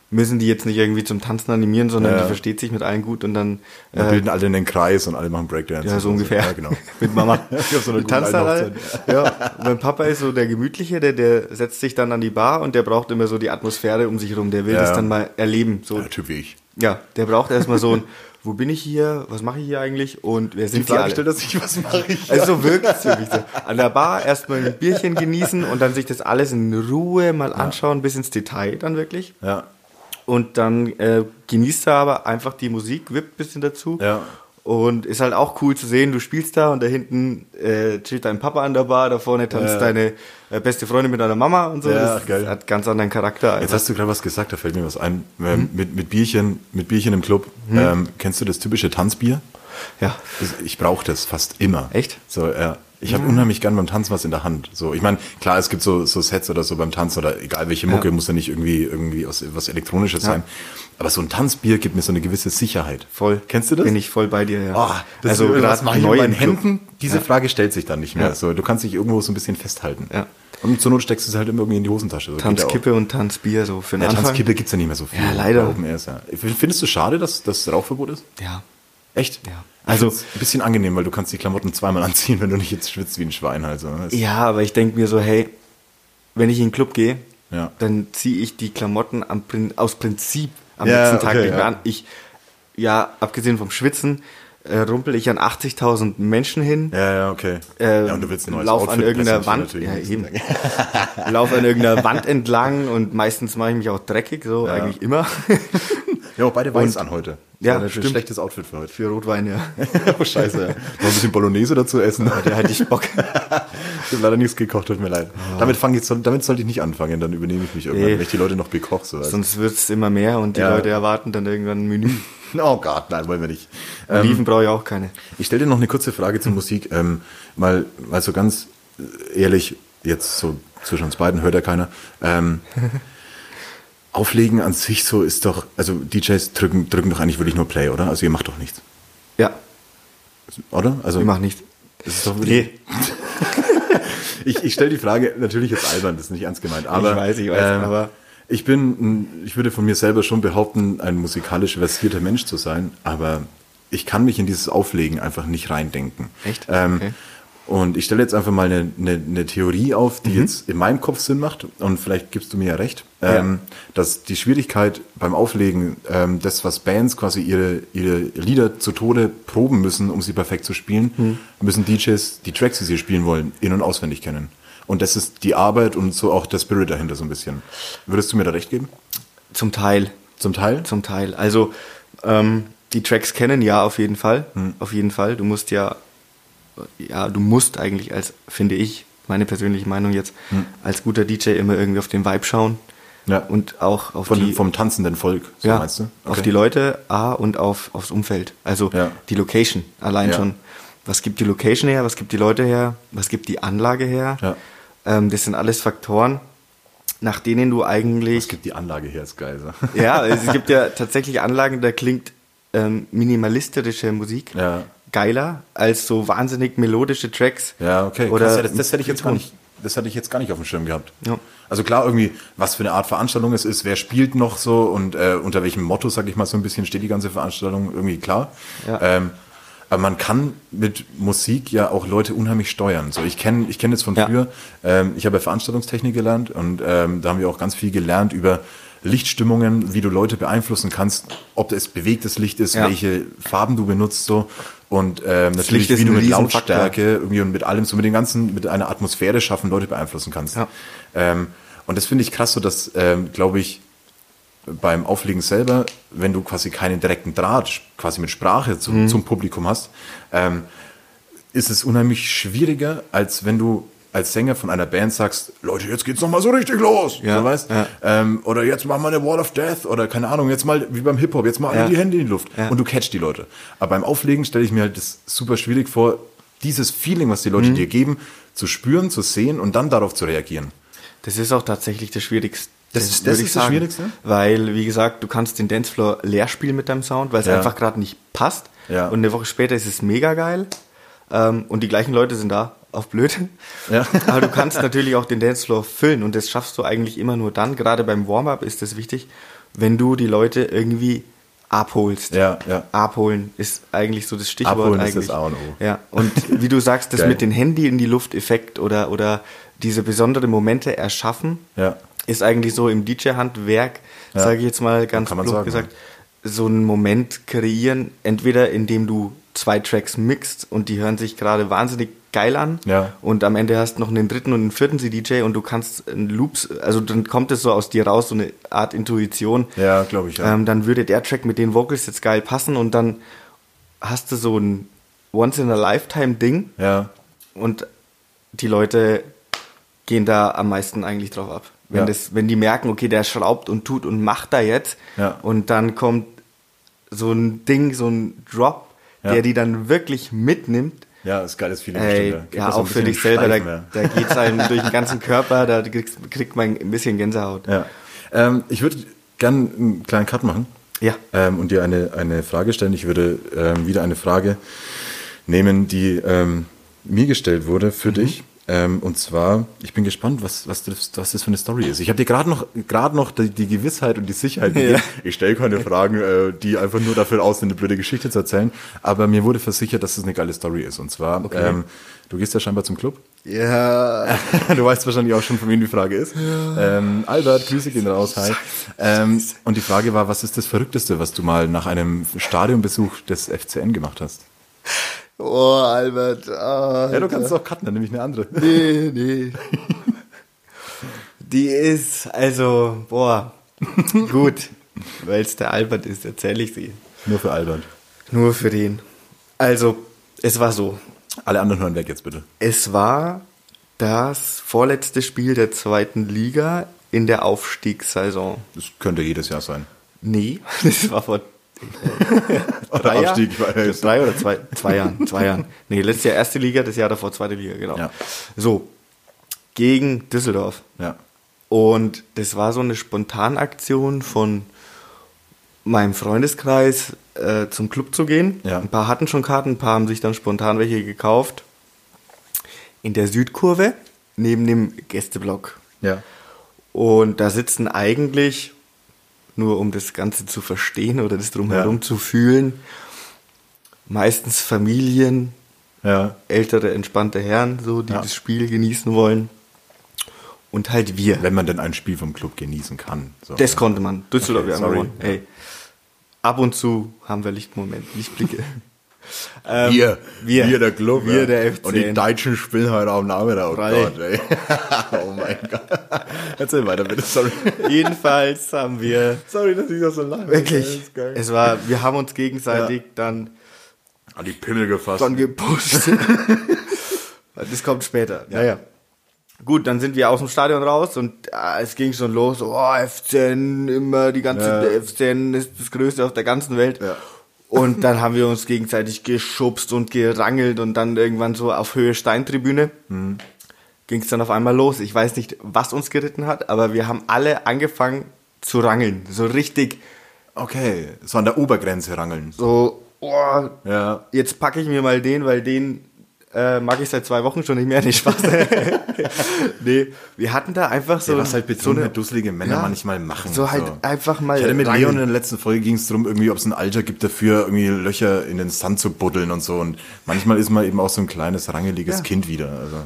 S5: müssen die jetzt nicht irgendwie zum Tanzen animieren, sondern
S6: Ja.
S5: die versteht sich mit allen gut und dann
S6: Dann
S5: äh,
S6: bilden alle einen Kreis und alle machen Breakdance.
S5: ja, so ungefähr.
S6: Ja, genau.
S5: Mit Mama.
S6: Ich hab so eine
S5: Die
S6: gute
S5: tanzt dann
S6: alte
S5: halt. Ja. Mein Papa ist so der Gemütliche, der, der setzt sich dann an die Bar und der braucht immer so die Atmosphäre um sich herum. Der will
S6: Ja.
S5: das dann mal erleben. So.
S6: Ja, typ wie ich.
S5: Ja, der braucht erstmal so ein, wo bin ich hier, was mache ich hier eigentlich und wer
S6: Die
S5: sind die
S6: Frage
S5: alle?
S6: stellt sich, was mache ich?
S5: Also so wirkt es wirklich so. An der Bar erstmal ein Bierchen genießen und dann sich das alles in Ruhe mal anschauen, bis ins Detail dann wirklich.
S6: ja.
S5: Und dann äh, genießt er aber einfach die Musik, wippt ein bisschen dazu.
S6: Ja.
S5: Und ist halt auch cool zu sehen, du spielst da und da hinten äh, chillt dein Papa an der Bar, da vorne tanzt
S6: Ja.
S5: deine äh, beste Freundin mit deiner Mama und so.
S6: Ja,
S5: das
S6: geil.
S5: hat ganz anderen Charakter.
S6: Jetzt
S5: Also.
S6: hast du gerade was gesagt, da fällt mir was ein. Ähm,
S5: Hm?
S6: Mit, mit Bierchen, mit Bierchen im Club. Ähm, kennst du das typische Tanzbier?
S5: Ja.
S6: Das- Ich brauche das fast immer.
S5: Echt? Ah.
S6: So, ja. Ich habe unheimlich gern beim Tanzen was in der Hand. So, ich meine, klar, es gibt so, so Sets oder so beim Tanzen oder egal welche Mucke, muss ja nicht irgendwie irgendwie aus was Elektronisches sein. Aber so ein Tanzbier gibt mir so eine gewisse Sicherheit.
S5: Voll.
S6: Kennst du das?
S5: Bin ich voll bei dir, ja.
S6: Oh, das also
S5: also
S6: ist, was
S5: gerade
S6: mache ich
S5: neu
S6: mit meinen
S5: im Club.
S6: Händen? Diese
S5: Ja.
S6: Frage stellt sich dann nicht mehr.
S5: Ja.
S6: So, du kannst dich irgendwo so ein bisschen festhalten.
S5: Ja.
S6: Und zur Not steckst du es halt immer irgendwie in die Hosentasche. So geht ja auch.
S5: Tanzkippe und Tanzbier, so für den
S6: Ja,
S5: Anfang.
S6: Tanzkippe gibt es ja nicht mehr so viel.
S5: Ja, leider.
S6: Bei Open Airs, ja. Findest du schade, dass das Rauchverbot ist?
S5: Ja.
S6: Echt?
S5: Ja.
S6: Also
S5: Also-
S6: ein bisschen angenehm, weil du kannst die Klamotten zweimal anziehen, wenn du nicht jetzt schwitzt wie ein Schwein. Also. Das-
S5: Ja, aber ich denk mir so, hey, wenn ich in den Club gehe,
S6: Ja.
S5: dann ziehe ich die Klamotten am, Prin- aus Prinzip am
S6: Ja,
S5: nächsten Tag
S6: okay,
S5: nicht mehr
S6: ja.
S5: an. Ich, ja, abgesehen vom Schwitzen, äh, rumpel ich an 80.000 Menschen hin.
S6: Ja, ja, okay.
S5: Äh,
S6: ja, und du willst ein neues
S5: lauf an
S6: Outfit
S5: irgendeiner
S6: präsentieren
S5: Wand,
S6: natürlich
S5: ja,
S6: am nächsten
S5: eben.
S6: Tag.
S5: Lauf an irgendeiner Wand entlang und meistens mache ich mich auch dreckig, so
S6: Ja.
S5: eigentlich immer.
S6: Ja, auch beide weiß
S5: Und-
S6: an heute.
S5: Ja,
S6: das ist ein
S5: stimmt.
S6: schlechtes Outfit für heute.
S5: Für Rotwein, ja.
S6: oh, scheiße. ja. Noch ein bisschen Bolognese dazu essen.
S5: Da hätte ich Bock. Oh.
S6: Ich habe leider nichts gekocht, tut mir leid. Damit, fang ich, damit sollte ich nicht anfangen, dann übernehme ich mich irgendwann,
S5: Nee.
S6: wenn ich die Leute noch bekoche. So. weißt du.
S5: Sonst wird's immer mehr und die
S6: Ja.
S5: Leute erwarten dann irgendwann ein Menü.
S6: Oh Gott, nein, wollen wir nicht. Ähm,
S5: Oliven brauche ich auch keine.
S6: Ich stelle dir noch eine kurze Frage
S5: Hm.
S6: zur Musik, ähm, mal, mal so ganz ehrlich, jetzt so zwischen uns beiden hört ja keiner. Ähm, Auflegen an sich so ist doch, also DJs drücken, drücken doch eigentlich wirklich nur Play, oder? Also ihr macht doch nichts,
S5: Ja,
S6: oder? Also
S5: ich mache nichts.
S6: Das ist doch wirklich,
S5: Nee,
S6: ich ich stelle die Frage natürlich jetzt albern, das ist nicht ernst gemeint, aber ähm,
S5: weiß, ich weiß, aber-
S6: ich bin, ein- ich würde von mir selber schon behaupten, ein musikalisch versierter Mensch zu sein, aber ich kann mich in dieses Auflegen einfach nicht reindenken.
S5: Echt?
S6: Ähm,
S5: Okay.
S6: Und ich stelle jetzt einfach mal eine, eine, eine Theorie auf,
S5: Mhm.
S6: die jetzt in meinem Kopf Sinn macht und vielleicht gibst du mir ja recht, ähm, dass die Schwierigkeit beim Auflegen, ähm, das, was Bands quasi ihre, ihre Lieder zu Tode proben müssen, um sie perfekt zu spielen,
S5: Mhm.
S6: müssen DJs die Tracks, die sie spielen wollen, in- und auswendig kennen. Und das ist die Arbeit und so auch der Spirit dahinter so ein bisschen. Würdest du mir da recht geben?
S5: zum Teil.
S6: Zum Teil?
S5: Zum Teil. Also ähm, die Tracks kennen ja auf jeden Fall.
S6: Mhm.
S5: Auf jeden Fall. Du musst ja, ja, du musst eigentlich als, finde ich, meine persönliche Meinung jetzt, als guter DJ immer irgendwie auf den Vibe schauen.
S6: Mhm. Ja.
S5: Und auch auf
S6: Von,
S5: die,
S6: vom tanzenden Volk, so
S5: ja,
S6: meinst du?
S5: auf
S6: Okay.
S5: die Leute A und auf, aufs Umfeld. Also
S6: Ja.
S5: die Location allein
S6: Ja.
S5: schon. Was gibt die Location her? Was gibt die Leute her? Was gibt die Anlage her?
S6: Ja.
S5: Ähm, das sind alles Faktoren, nach denen du eigentlich
S6: Es gibt die Anlage hier, ist geil. So.
S5: ja, es gibt ja tatsächlich Anlagen, da klingt ähm, minimalistische Musik
S6: Ja.
S5: geiler als so wahnsinnig melodische Tracks.
S6: Ja, okay.
S5: Oder
S6: Krass, ja, das, das hätte ich jetzt gar
S5: Ton.
S6: nicht, das hätte ich jetzt gar nicht auf dem Schirm gehabt.
S5: Ja.
S6: Also klar, irgendwie, was für eine Art Veranstaltung es ist, wer spielt noch so und äh, unter welchem Motto, sag ich mal, so ein bisschen steht die ganze Veranstaltung irgendwie klar.
S5: Ja.
S6: Ähm, aber man kann mit Musik ja auch Leute unheimlich steuern. So, ich kenne ich kenn jetzt von
S5: Ja.
S6: früher, ähm, ich habe ja Veranstaltungstechnik gelernt und ähm, da haben wir auch ganz viel gelernt über Lichtstimmungen, wie du Leute beeinflussen kannst, ob es bewegtes Licht ist,
S5: Ja.
S6: welche Farben du benutzt so und ähm,
S5: Licht
S6: natürlich
S5: ist
S6: wie du
S5: ein
S6: mit
S5: Riesenfaktor.
S6: Lautstärke irgendwie und mit allem, so mit dem ganzen, mit einer Atmosphäre schaffen, Leute beeinflussen kannst.
S5: Ja.
S6: Ähm, und das finde ich krass, so dass, ähm, glaube ich, beim Auflegen selber, wenn
S5: Mhm.
S6: du quasi keinen direkten Draht sch- quasi mit Sprache zum, zum Publikum hast, ähm, ist es unheimlich schwieriger, als wenn du als Sänger von einer Band sagst, Leute, jetzt geht's nochmal so richtig los,
S5: Ja,
S6: so weißt?
S5: ja.
S6: Ähm, oder jetzt machen wir eine Wall of Death oder keine Ahnung, jetzt mal wie beim Hip-Hop, jetzt mal alle
S5: Ja.
S6: die Hände in die Luft
S5: Ja.
S6: und du catchst die Leute. Aber beim Auflegen stelle ich mir halt das super schwierig vor, dieses Feeling, was die Leute
S5: Mhm.
S6: dir geben, zu spüren, zu sehen und dann darauf zu reagieren.
S5: Das ist auch tatsächlich das Schwierigste.
S6: Das ist- das
S5: würde ich
S6: ist das
S5: sagen.
S6: Schwierigste?
S5: Weil, wie gesagt, du kannst den Dancefloor leer spielen mit deinem Sound, weil es
S6: Ja.
S5: einfach gerade nicht passt.
S6: Ja.
S5: Und eine Woche später ist es mega geil. Ähm, und die gleichen Leute sind da, auf blöd.
S6: Ja.
S5: Aber du kannst natürlich auch den Dancefloor füllen und das schaffst du eigentlich immer nur dann, gerade beim Warm-up ist das wichtig, wenn du die Leute irgendwie abholst.
S6: Ja, ja.
S5: Abholen ist eigentlich so das Stichwort
S6: Abholen ist
S5: eigentlich.
S6: das A und O.
S5: Ja, und wie du sagst, das
S6: Geil.
S5: mit den Handy in die Luft Effekt oder, oder diese besonderen Momente erschaffen,
S6: Ja.
S5: ist eigentlich so im DJ-Handwerk,
S6: Ja.
S5: sage ich jetzt mal ganz
S6: Kann man
S5: plump
S6: sagen,
S5: gesagt, so einen Moment kreieren, entweder indem du zwei Tracks mixt und die hören sich gerade wahnsinnig geil an
S6: Ja.
S5: und am Ende hast du noch einen dritten und einen vierten CDJ und du kannst einen Loops, also dann kommt es so aus dir raus, so eine Art Intuition.
S6: Ja, glaube ich, ja.
S5: Ähm, dann würde der Track mit den Vocals jetzt geil passen und dann hast du so ein Once-in-a-Lifetime-Ding
S6: Ja.
S5: und die Leute gehen da am meisten eigentlich drauf ab. Wenn,
S6: Ja.
S5: das, wenn die merken, okay, der schraubt und tut und macht da jetzt
S6: Ja.
S5: und dann kommt so ein Ding, so ein Drop,
S6: Ja.
S5: der die dann wirklich mitnimmt.
S6: Ja, ist geiles Feeling.
S5: Ey,
S6: bestimmt, Gibt
S5: ja,
S6: mir so ein
S5: auch für
S6: bisschen
S5: dich selber,
S6: Steifen,
S5: da,
S6: ja.
S5: da geht es einem durch den ganzen Körper, da kriegst, kriegt man ein bisschen Gänsehaut.
S6: Ja. Ähm, ich würde gerne einen kleinen Cut machen
S5: Ja.
S6: ähm, und dir eine, eine Frage stellen. Ich würde ähm, wieder eine Frage nehmen, die ähm, mir gestellt wurde für dich. Ähm, und zwar, ich bin gespannt, was, was, das, was das für eine Story ist. Ich habe dir gerade noch, gerade noch die, die Gewissheit und die Sicherheit gegeben. Ich stelle keine Fragen, äh, die einfach nur dafür aus sind, eine blöde Geschichte zu erzählen. Aber mir wurde versichert, dass es das eine geile Story ist. Und zwar, ähm, du gehst ja scheinbar zum Club.
S5: Ja.
S6: Du weißt wahrscheinlich auch schon, von wem die Frage ist. Ähm, Albert, Grüße gehen raus. Hi. Ähm, und die Frage war, was ist das Verrückteste, was du mal nach einem Stadionbesuch des FCN gemacht hast?
S5: Oh, Albert. ah,
S6: Ja, du kannst es auch cutten, dann nehme ich eine andere.
S5: Nee, nee. Die ist, also, boah, gut. Weil es der Albert ist, erzähle ich sie.
S6: Nur für Albert.
S5: Nur für den. Also, es war so.
S6: Alle anderen hören weg jetzt bitte.
S5: Es war das vorletzte Spiel der zweiten Liga in der Aufstiegssaison.
S6: Das könnte jedes Jahr sein.
S5: Nee, das war vor
S6: Oder
S5: drei Jahren.
S6: ich weiß.
S5: Drei oder zwei, zwei Jahren. Zwei Jahren. Nee, letztes Jahr erste Liga, das Jahr davor zweite Liga, genau.
S6: Ja.
S5: So, gegen Düsseldorf.
S6: Ja.
S5: Und das war so eine Spontanaktion von meinem Freundeskreis, äh, zum Club zu gehen.
S6: Ja.
S5: Ein paar hatten schon Karten, ein paar haben sich dann spontan welche gekauft. In der Südkurve, neben dem Gästeblock.
S6: Ja.
S5: Und da sitzen eigentlich, nur um das Ganze zu verstehen oder das drumherum
S6: Ja.
S5: zu fühlen, meistens Familien,
S6: Ja.
S5: ältere, entspannte Herren, so, die
S6: Ja.
S5: das Spiel genießen wollen. Und halt wir.
S6: Wenn man denn ein Spiel vom Club genießen kann. So. ne?
S5: Das konnte man. Düsseldorf,
S6: Okay,
S5: wir haben
S6: sorry.
S5: gewonnen. Ey. Ab und zu haben wir Lichtmoment, Lichtblicke.
S6: wir,
S5: Ähm, wir.
S6: wir der Club,
S5: Wir
S6: ja.
S5: der FCN.
S6: Und die Deutschen spielen heute am Nachmittag. Oh
S5: Drei.
S6: Gott, ey. oh mein Gott. Erzähl weiter bitte, sorry.
S5: Jedenfalls haben wir
S6: Sorry, dass ich das so lange.
S5: wirklich, es war, wir haben uns gegenseitig dann,
S6: An die Pimmel gefasst.
S5: dann gepusht. das kommt später. Ja, ja. Gut, dann sind wir aus dem Stadion raus und ah, es ging schon los. Oh, FCN, immer die ganze
S6: Ja.
S5: der FCN ist das Größte auf der ganzen Welt.
S6: Ja.
S5: Und dann haben wir uns gegenseitig geschubst und gerangelt und dann irgendwann so auf Höhe Steintribüne
S6: Mhm.
S5: ging es dann auf einmal los. Ich weiß nicht, was uns geritten hat, aber wir haben alle angefangen zu rangeln. So richtig,
S6: okay, so an der Obergrenze rangeln.
S5: so, oh,
S6: Ja.
S5: jetzt packe ich mir mal den, weil den äh, mag ich seit zwei Wochen schon nicht mehr. Nee, Spaß. nee, wir hatten da einfach so,
S6: So, was halt betrunkene,
S5: eine-
S6: dusselige Männer
S5: Ja.
S6: manchmal machen.
S5: So halt einfach mal
S6: Ich hatte mit
S5: rangeln.
S6: Leon in der letzten Folge ging es darum, irgendwie, ob es ein Alter gibt dafür, irgendwie Löcher in den Sand zu buddeln und so. Und manchmal ist man eben auch so ein kleines, rangeliges
S5: Ja.
S6: Kind wieder. Also,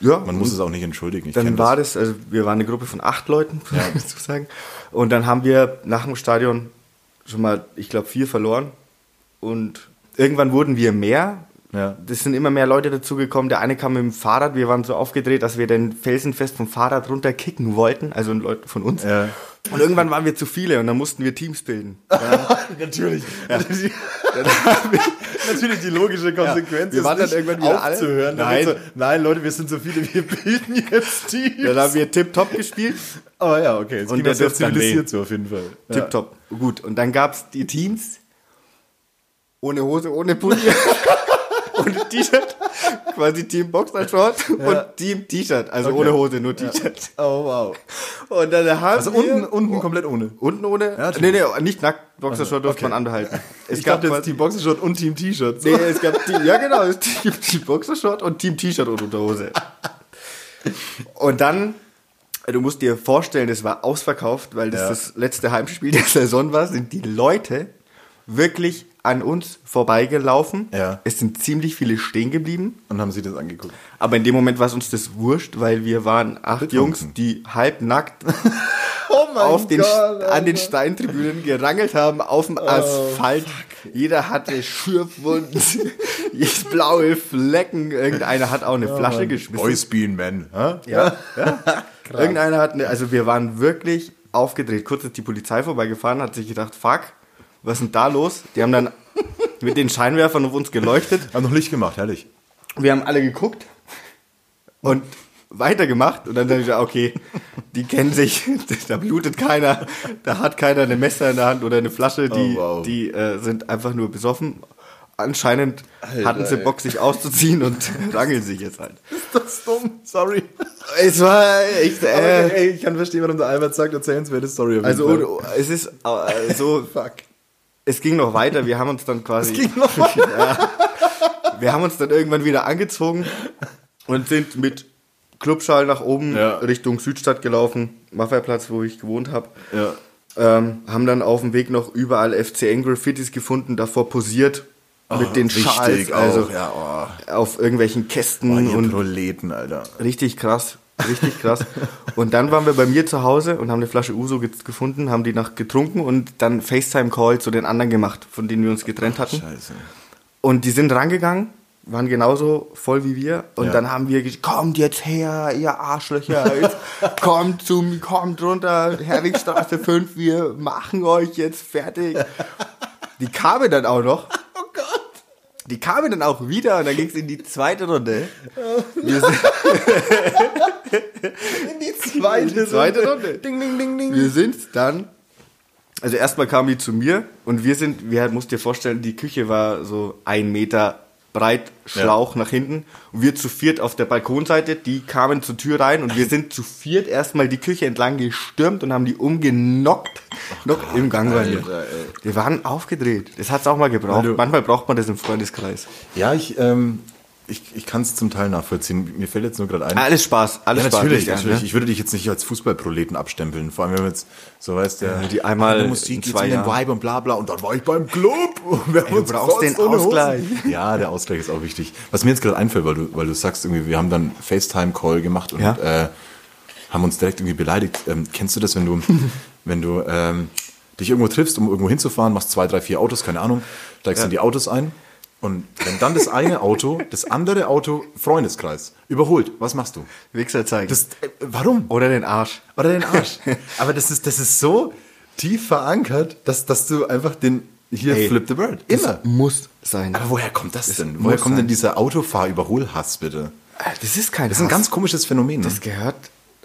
S5: Ja.
S6: Man muss es auch nicht entschuldigen. Ich kenn
S5: Dann war das, also wir waren eine Gruppe von acht Leuten,
S6: Ja.
S5: sozusagen. Und dann haben wir nach dem Stadion schon mal, ich glaube, vier verloren. Und irgendwann wurden wir mehr.
S6: Ja.
S5: Es sind immer mehr Leute dazugekommen. Der eine kam mit dem Fahrrad. Wir waren so aufgedreht, dass wir den Felsenfest vom Fahrrad runterkicken wollten. Also Leute von uns.
S6: Ja.
S5: Und irgendwann waren wir zu viele und dann mussten wir Teams bilden.
S7: Natürlich. Also Natürlich die logische Konsequenz
S5: Ja, wir waren
S7: ist
S5: dann
S7: nicht
S5: irgendwann wieder alle-
S7: aufzuhören.
S5: Nein.
S7: Nein. So, nein, Leute, wir sind so viele, wir bilden jetzt Teams.
S5: Dann haben wir Tip-Top gespielt.
S7: Aber ja, okay. Es
S5: Und
S7: ging
S5: der
S7: ja sehr
S5: durfte dann
S7: zivilisiert
S5: nähen.
S7: so auf jeden Fall. Ja.
S5: Tipptopp. Gut, und dann gab's die Teams. Ohne Hose, ohne Pulli. ohne T-Shirt. Quasi Team Boxershort und Team T-Shirt. Also ohne Hose, nur T-Shirt.
S7: Oh, wow.
S5: Und dann haben
S7: Also
S5: wir...
S7: unten, unten komplett ohne.
S5: Unten ohne?
S7: Ja, Also,
S5: nee, nee, nicht nackt. Boxershort durfte man anbehalten. Es
S7: Ich gab jetzt
S5: quasi-
S7: Team Boxershort und Team T-Shirts.
S5: Nee, es gab Team, ja genau, es gibt Team Boxershort und Team T-Shirt und Unterhose. Und dann, du musst dir vorstellen, das war ausverkauft, weil das
S7: Ja.
S5: das letzte Heimspiel der Saison war, sind die Leute wirklich an uns vorbeigelaufen.
S6: Ja.
S5: Es sind ziemlich viele stehen geblieben.
S6: Und haben sie das angeguckt.
S5: Aber in dem Moment war es uns das wurscht, weil wir waren acht Jungs, die halbnackt
S7: Oh
S6: Oh
S5: auf den, an den Steintribünen gerangelt haben, auf dem Asphalt. Jeder hatte Schürfwunden, jetzt blaue Flecken. Irgendeiner hat auch eine Flasche geschmissen.
S6: Boys being men. hä?
S5: Ja, ja. Irgendeiner hat eine, also wir waren wirklich aufgedreht. Kurz ist die Polizei vorbeigefahren, hat sich gedacht, fuck, was ist denn da los? Die haben dann mit den Scheinwerfern auf uns geleuchtet.
S6: Haben noch Licht gemacht, herrlich.
S5: Wir haben alle geguckt und weitergemacht und dann dachte ich, ja, okay, die kennen sich, da blutet keiner, da hat keiner ein Messer in der Hand oder eine Flasche, die,
S6: Oh, wow.
S5: die äh, sind einfach nur besoffen. Anscheinend hatten sie Bock, sich auszuziehen und rangeln sich jetzt halt.
S7: Ist das dumm? Sorry.
S5: Es war echt,
S7: Aber,
S5: äh,
S7: ey, ich kann verstehen, warum der Albert sagt, erzählenswerte Story. auf jeden
S5: also
S7: Fall.
S5: ohne- es ist äh, so,
S7: Fuck.
S5: es ging noch weiter, wir haben uns dann quasi...
S7: Ging noch mal.
S5: Wir haben uns dann irgendwann wieder angezogen und sind mit Clubschal nach oben
S7: Ja.
S5: Richtung Südstadt gelaufen, Maffeiplatz, wo ich gewohnt habe.
S7: Ja.
S5: Ähm, haben dann auf dem Weg noch überall FCN Graffitis gefunden, davor posiert mit den Schals,
S6: Wichtig auch,
S5: also
S6: ja,
S5: auf irgendwelchen
S6: oh.
S5: Kästen
S6: Ihr
S5: und
S6: Proleten, Alter.
S5: richtig krass, richtig krass. und dann waren wir bei mir zu Hause und haben eine Flasche Uso ge- gefunden, haben die nach getrunken und dann FaceTime-Call zu den anderen gemacht, von denen wir uns getrennt hatten.
S6: Scheiße.
S5: Und die sind rangegangen, waren genauso voll wie wir. Und
S6: Ja.
S5: dann haben wir gesagt, kommt jetzt her, ihr Arschlöcher. Jetzt kommt zu mir, kommt runter, Herwigstraße 5, wir machen euch jetzt fertig. Die kamen dann auch noch. Oh Gott. Die kamen dann auch wieder und dann ging es in die zweite Runde. Wir sind,
S7: Zweite,
S5: Zweite Runde.
S7: Ding, ding, ding, ding.
S5: wir sind dann. Also erstmal kamen die zu mir und wir sind, wir halt, musst dir vorstellen, die Küche war so ein Meter breit, Schlauch nach hinten. Und wir zu viert auf der Balkonseite, die kamen zur Tür rein und wir sind zu viert erstmal die Küche entlang gestürmt und haben die umgenockt. Noch im Gang waren wir. Die waren aufgedreht. Das hat's auch mal gebraucht.
S6: Hallo.
S5: Manchmal braucht man das im Freundeskreis.
S6: Ja, ich, ähm, ich, ich kann es zum Teil nachvollziehen. Mir fällt jetzt nur gerade ein.
S5: Alles Spaß, alles
S6: ja,
S5: Spaß.
S6: natürlich,
S5: Ja,
S6: natürlich.
S5: ne?
S6: Ich würde dich jetzt nicht als Fußballproleten abstempeln. Vor allem, wenn man jetzt so weißt, der,
S5: die einmal
S6: der
S5: in
S6: Musik geht's
S5: zwei
S6: in den
S5: Jahren-
S6: Vibe und bla bla. Und dann war ich beim Club. Und wir haben
S5: du brauchst den
S6: sonst ohne Hosen.
S5: Ausgleich.
S6: Ja, der Ausgleich ist auch wichtig. Was mir jetzt gerade einfällt, weil du, weil du sagst, irgendwie, wir haben dann FaceTime-Call gemacht und
S5: Ja.
S6: äh, haben uns direkt irgendwie beleidigt. Ähm, kennst du das, wenn du, wenn du ähm, dich irgendwo triffst, um irgendwo hinzufahren, machst zwei, drei, vier Autos, keine Ahnung, steigst in die Autos ein und wenn dann das eine Auto, das andere Auto, Freundeskreis, überholt, was machst du?
S5: Wichser zeigen.
S6: Das, äh, warum?
S5: Oder den Arsch.
S6: Oder den Arsch. Aber das ist, das ist so tief verankert, dass, dass du einfach den hier
S5: Ey,
S6: flip the bird. Immer.
S5: Das muss sein.
S6: Aber woher kommt das denn?
S5: muss
S6: Woher kommt
S5: sein.
S6: denn dieser Autofahr-Überholhass bitte?
S5: Äh, Das ist kein
S6: Das ist ein
S5: Hass.
S6: ganz komisches Phänomen. ne?
S5: Das gehört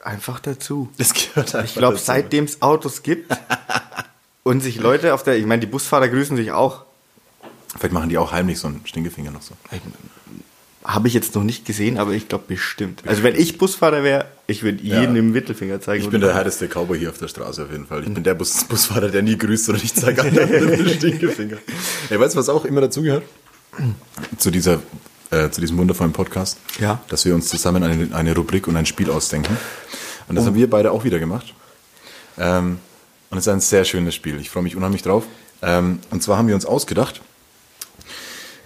S5: einfach dazu.
S6: das gehört einfach
S5: Ich glaube,
S6: dazu.
S5: seitdem es Autos gibt und sich Leute auf der, ich meine, die Busfahrer grüßen sich auch.
S6: Vielleicht machen die auch heimlich so einen Stinkefinger noch so.
S5: Habe ich jetzt noch nicht gesehen, aber ich glaube bestimmt. Also wenn ich Busfahrer wäre, ich würde
S6: Ja.
S5: jedem den Mittelfinger zeigen.
S6: Ich bin der härteste Cowboy hier auf der Straße auf jeden Fall.
S5: Hm.
S6: Ich bin der Bus Busfahrer, der nie grüßt und ich zeige allen anderen den Stinkefinger. Ey, weißt du, was auch immer dazugehört? Zu dieser, äh, zu diesem wundervollen Podcast.
S5: Ja.
S6: Dass wir uns zusammen eine, eine Rubrik und ein Spiel ausdenken. Und
S5: Oh.
S6: das haben wir beide auch wieder gemacht. Ähm, und es ist ein sehr schönes Spiel. Ich freue mich unheimlich drauf. Ähm, und zwar haben wir uns ausgedacht,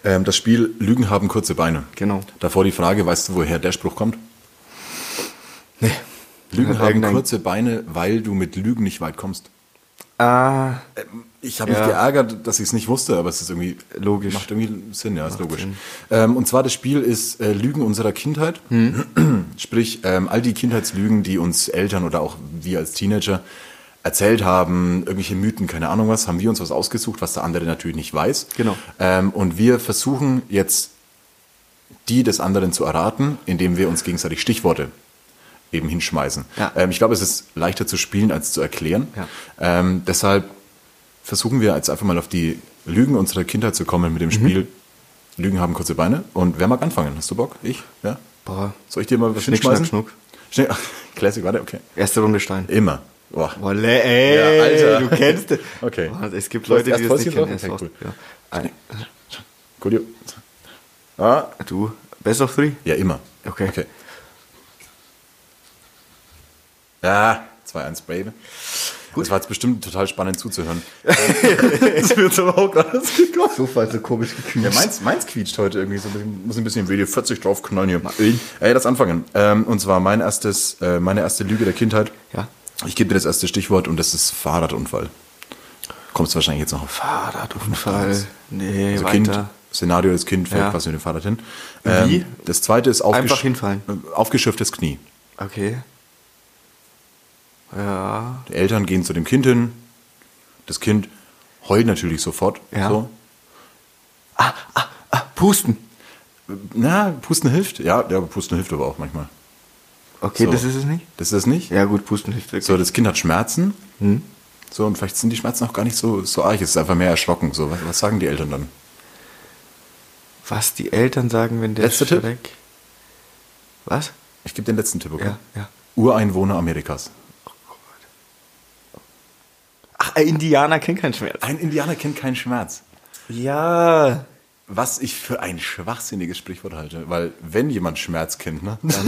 S6: ähm, das Spiel Lügen haben kurze Beine.
S5: Genau.
S6: Davor die Frage, weißt du, woher der Spruch kommt? Lügen
S5: Hat
S6: haben
S5: irgendein-
S6: kurze Beine, weil du mit Lügen nicht weit kommst.
S5: Ah,
S6: Ich habe
S5: Ja.
S6: mich geärgert, dass ich es nicht wusste, aber es ist irgendwie
S5: Logisch.
S6: Macht irgendwie Sinn, ja, ist logisch. Ähm, und zwar das Spiel ist äh, Lügen unserer Kindheit. Hm. Sprich, ähm, all die Kindheitslügen, die uns Eltern oder auch wir als Teenager erzählt haben, irgendwelche Mythen, keine Ahnung was, haben wir uns was ausgesucht, was der andere natürlich nicht weiß.
S5: Genau.
S6: Ähm, und wir versuchen jetzt die des anderen zu erraten, indem wir uns gegenseitig Stichworte eben hinschmeißen.
S5: Ja.
S6: Ähm, ich glaube, es ist leichter zu spielen als zu erklären.
S5: Ja.
S6: Ähm, deshalb versuchen wir jetzt einfach mal auf die Lügen unserer Kindheit zu kommen mit
S5: Mhm.
S6: dem Spiel. Lügen haben kurze Beine. Und wer mag anfangen? Hast du Bock? Ich? Ja?
S5: Boah.
S6: Soll ich dir mal was
S5: Schnick,
S6: hinschmeißen?
S5: schnack,
S6: Schnell. Classic, warte, okay.
S5: Erste Runde Stein.
S6: Immer. Boah.
S5: Wolle, ey,
S6: Ja, Alter.
S5: du kennst das.
S6: Okay.
S5: Boah, Es gibt
S6: Du hast
S5: Leute,
S6: erst
S5: die das
S6: Fäustchen
S5: nicht kennen.
S6: drauf?
S5: Erst
S6: Okay,
S5: Faust- ja. Ein-
S6: Gut, jo. Ah.
S5: Du, Best of Three?
S6: Ja, immer.
S5: Okay.
S6: okay. Ja, 2-1 Brave. Das war jetzt bestimmt total spannend zuzuhören. das wird aber auch alles gekommen.
S7: Sofa ist so komisch gekühlt.
S6: Ja, meins, meins quietscht heute irgendwie so. Ich muss ein bisschen WD-40 draufknallen hier. Ey, lass anfangen. Ähm, und zwar mein erstes, äh, meine erste Lüge der Kindheit.
S5: Ja.
S6: Ich gebe dir das erste Stichwort und das ist Fahrradunfall. Kommst du wahrscheinlich jetzt noch auf.
S5: Ah, Fahrradunfall. Nee,
S6: Also Kind,
S5: weiter.
S6: Szenario, das Kind fällt
S5: Ja.
S6: quasi mit dem Fahrrad hin. Ähm,
S5: Wie?
S6: Das zweite ist aufgesch
S5: Einfach hinfallen.
S6: äh, aufgeschürftes Knie.
S5: Okay. Ja.
S6: Die Eltern gehen zu dem Kind hin. Das Kind heult natürlich sofort.
S5: Ja.
S6: So.
S5: Ah, Pusten.
S6: Na, Pusten hilft. Ja, ja, Pusten hilft aber auch manchmal.
S5: Okay,
S6: So.
S5: das ist es nicht?
S6: Das ist es nicht?
S5: Ja, Hm. gut, Pusten hilft wirklich.
S6: So, das Kind hat Schmerzen. So, und vielleicht sind die Schmerzen auch gar nicht so, so arg. Es ist einfach mehr erschrocken. So, was, was sagen die Eltern dann?
S5: Was die Eltern sagen, wenn der
S6: Letzter Tipp?
S5: Was?
S6: Ich gebe den letzten Tipp, okay?
S5: Ja, ja.
S6: Ureinwohner Amerikas.
S5: Ach,
S6: äh,
S5: ein Indianer kennt keinen Schmerz.
S6: Ein Indianer kennt keinen Schmerz.
S5: Ja.
S6: Was ich für ein schwachsinniges Sprichwort halte, weil wenn jemand Schmerz kennt, ne, dann,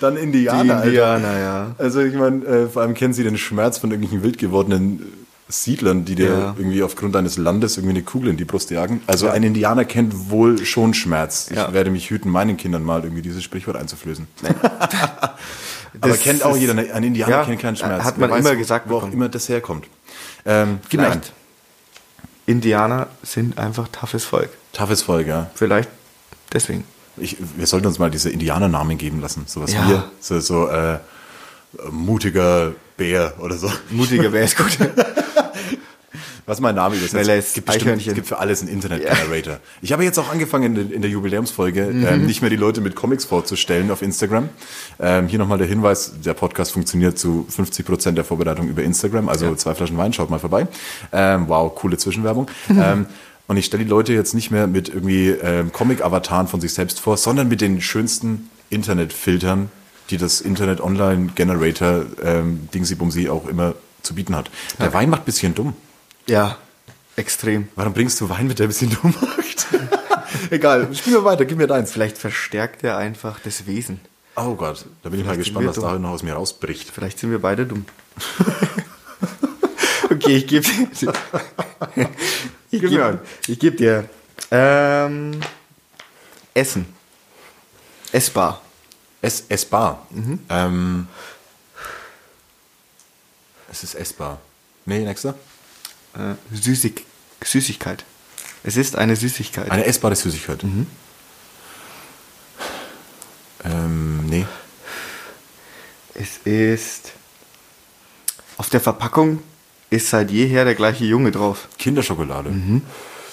S6: dann Indianer.
S5: Die
S6: Alter.
S5: Indianer, ja.
S6: Also ich meine, äh, vor allem kennen sie den Schmerz von irgendwelchen wild gewordenen äh, Siedlern, die dir
S5: Ja.
S6: irgendwie aufgrund deines Landes irgendwie eine Kugel in die Brust jagen. Also ein Indianer kennt wohl schon Schmerz.
S5: Ja.
S6: Ich werde mich hüten, meinen Kindern mal irgendwie dieses Sprichwort einzuflößen. Aber
S5: Das
S6: kennt auch
S5: ist-
S6: jeder, ne? ein Indianer
S5: Ja,
S6: kennt keinen Schmerz.
S5: hat
S6: Wer
S5: man immer gesagt
S6: Wo auch
S5: bekommen.
S6: immer das herkommt. Ähm, gib mir einen.
S5: Vielleicht. Indianer sind einfach toughes Volk.
S6: Toughes Volk, ja.
S5: Vielleicht deswegen.
S6: Ich, wir sollten uns mal diese Indianernamen geben lassen. Sowas
S5: Ja.
S6: wie wir. So, so äh, mutiger Bär oder so.
S5: Mutiger wäre es gut.
S6: Was mein Name übersetzt.
S5: Schnelles
S6: gibt bestimmt,
S5: Eichhörnchen.
S6: es gibt für alles einen Internet-Generator. Ich habe jetzt auch angefangen, in, in der Jubiläumsfolge ähm, nicht mehr die Leute mit Comics vorzustellen auf Instagram. Ähm, hier nochmal der Hinweis, der Podcast funktioniert zu 50% der Vorbereitung über Instagram. Also zwei Flaschen Wein, schaut mal vorbei. Ähm, wow, coole Zwischenwerbung. ähm, und ich stelle die Leute jetzt nicht mehr mit irgendwie ähm, Comic-Avataren von sich selbst vor, sondern mit den schönsten Internetfiltern, die das Internet Online Generator ähm, Dingsy Bumsi auch immer zu bieten hat. Der Wein macht ein bisschen dumm.
S5: ja, extrem.
S6: Warum bringst du Wein mit, der ein bisschen dumm macht? Egal, spielen wir weiter, gib mir deins.
S5: Vielleicht verstärkt er einfach das Wesen.
S6: Oh Gott, da bin ich mal gespannt,
S5: wir
S6: was
S5: dumm.
S6: da noch aus mir rausbricht.
S5: Vielleicht sind wir beide dumm. okay, ich gebe dir. ich
S6: Gib mir einen.
S5: gebe ich geb dir. Ähm, Essen. Essbar.
S6: Es, essbar. Ähm, es ist essbar. Nee, nächster.
S5: Äh, Süßig Süßigkeit. Es ist eine Süßigkeit.
S6: Eine essbare Süßigkeit. Ähm, nee.
S5: Es ist. Auf der Verpackung ist seit jeher der gleiche Junge drauf.
S6: Kinderschokolade.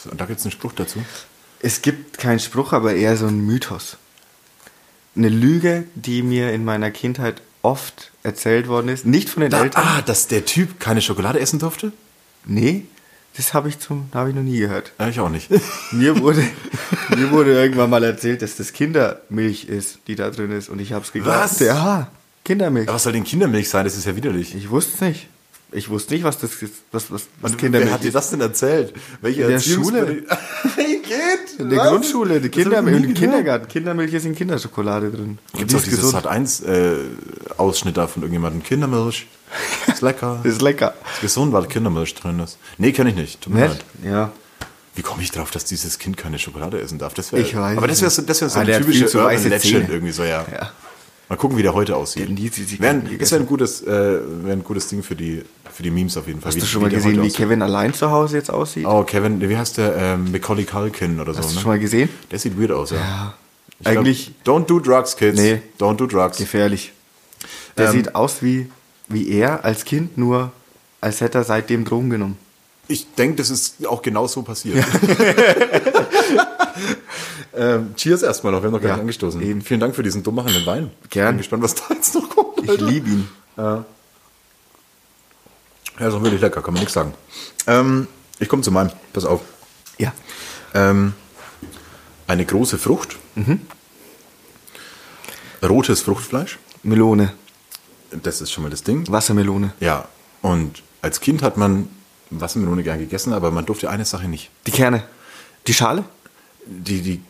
S6: So, Da gibt es einen Spruch dazu.
S5: Es gibt keinen Spruch, aber eher so ein Mythos. Eine Lüge, die mir in meiner Kindheit oft erzählt worden ist. Nicht von den
S6: Da,
S5: Eltern.
S6: ah, dass der Typ keine Schokolade essen durfte?
S5: Nee, das habe ich, zum- hab ich noch nie gehört.
S6: Ja, Äh, ich auch nicht.
S5: Mir wurde, mir wurde irgendwann mal erzählt, dass das Kindermilch ist, die da drin ist. Und ich habe es geglaubt.
S6: Was?
S5: Ja, Kindermilch.
S6: Ja, was soll denn Kindermilch sein? Das ist ja widerlich.
S5: Ich wusste es nicht. Ich wusste nicht, was das ist- was, was, was
S6: Und
S5: Kindermilch
S6: wer hat dir
S5: ist.
S6: das denn erzählt? Welche
S5: In der
S6: Erziehungsberi-
S5: Schule.
S6: Hey, Kind!
S5: In der
S6: was?
S5: Grundschule, die
S6: Das hab ich
S5: Kindermilch,
S6: nie
S5: im
S6: gehört.
S5: Kindergarten. Kindermilch ist in Kinderschokolade drin.
S6: Gibt's auch
S5: Die
S6: dieses Sat 1 äh, Ausschnitt da von irgendjemandem Kindermilch? Ist lecker.
S5: Ist lecker.
S6: ist gesund, weil Kindermilch drin ist. Nee, kenne ich nicht. Tut mir
S5: Nett?
S6: leid.
S5: Ja.
S6: Wie komme ich drauf, dass dieses Kind keine Schokolade essen darf? Das wär,
S5: Ich weiß
S6: aber das wäre
S5: es
S6: so,
S5: nicht.
S6: das wär so
S5: Ah,
S6: eine
S5: der hat viel
S6: typische
S5: zu
S6: Urban
S5: weiße
S6: Legend
S5: Zähne.
S6: irgendwie so, ja.
S5: Ja.
S6: Mal gucken, wie der heute aussieht.
S5: Der nie Süßigkeiten
S6: Wär ein- Das wäre
S5: gegessen.
S6: ein, gutes, äh, wär ein gutes Ding für die, für die Memes auf jeden Fall.
S5: Hast du schon mal gesehen, wie Kevin allein zu Hause jetzt aussieht?
S6: Oh, Kevin, wie heißt der? Ähm, Macaulay Culkin oder so.
S5: Hast du
S6: ne?
S5: schon mal gesehen?
S6: Der sieht weird aus, ja. Ich glaub,
S5: Eigentlich
S6: don't do drugs, kids.
S5: Nee.
S6: Don't do drugs.
S5: gefährlich. Der
S6: Ähm,
S5: sieht aus wie, wie er als Kind, nur als hätte er seitdem Drogen genommen.
S6: Ich denke, das ist auch genau so passiert. ähm, cheers erstmal noch, wir haben noch gar
S5: Ja,
S6: nicht angestoßen.
S5: eben.
S6: Vielen Dank für diesen dummachenden Wein.
S5: Gern.
S6: Bin gespannt, was da jetzt noch kommt.
S5: Ich liebe ihn.
S6: Ja, ist auch wirklich lecker, kann man nichts sagen. Ähm, ich komme zu meinem, pass auf.
S5: Ja.
S6: Ähm, eine große Frucht.
S5: Mhm.
S6: Rotes Fruchtfleisch.
S5: Melone.
S6: Das ist schon mal das Ding.
S5: Wassermelone.
S6: Ja, und als Kind hat man Wassermelone gern gegessen, aber man durfte eine Sache nicht.
S5: Die Kerne. Die Schale?
S6: Die, die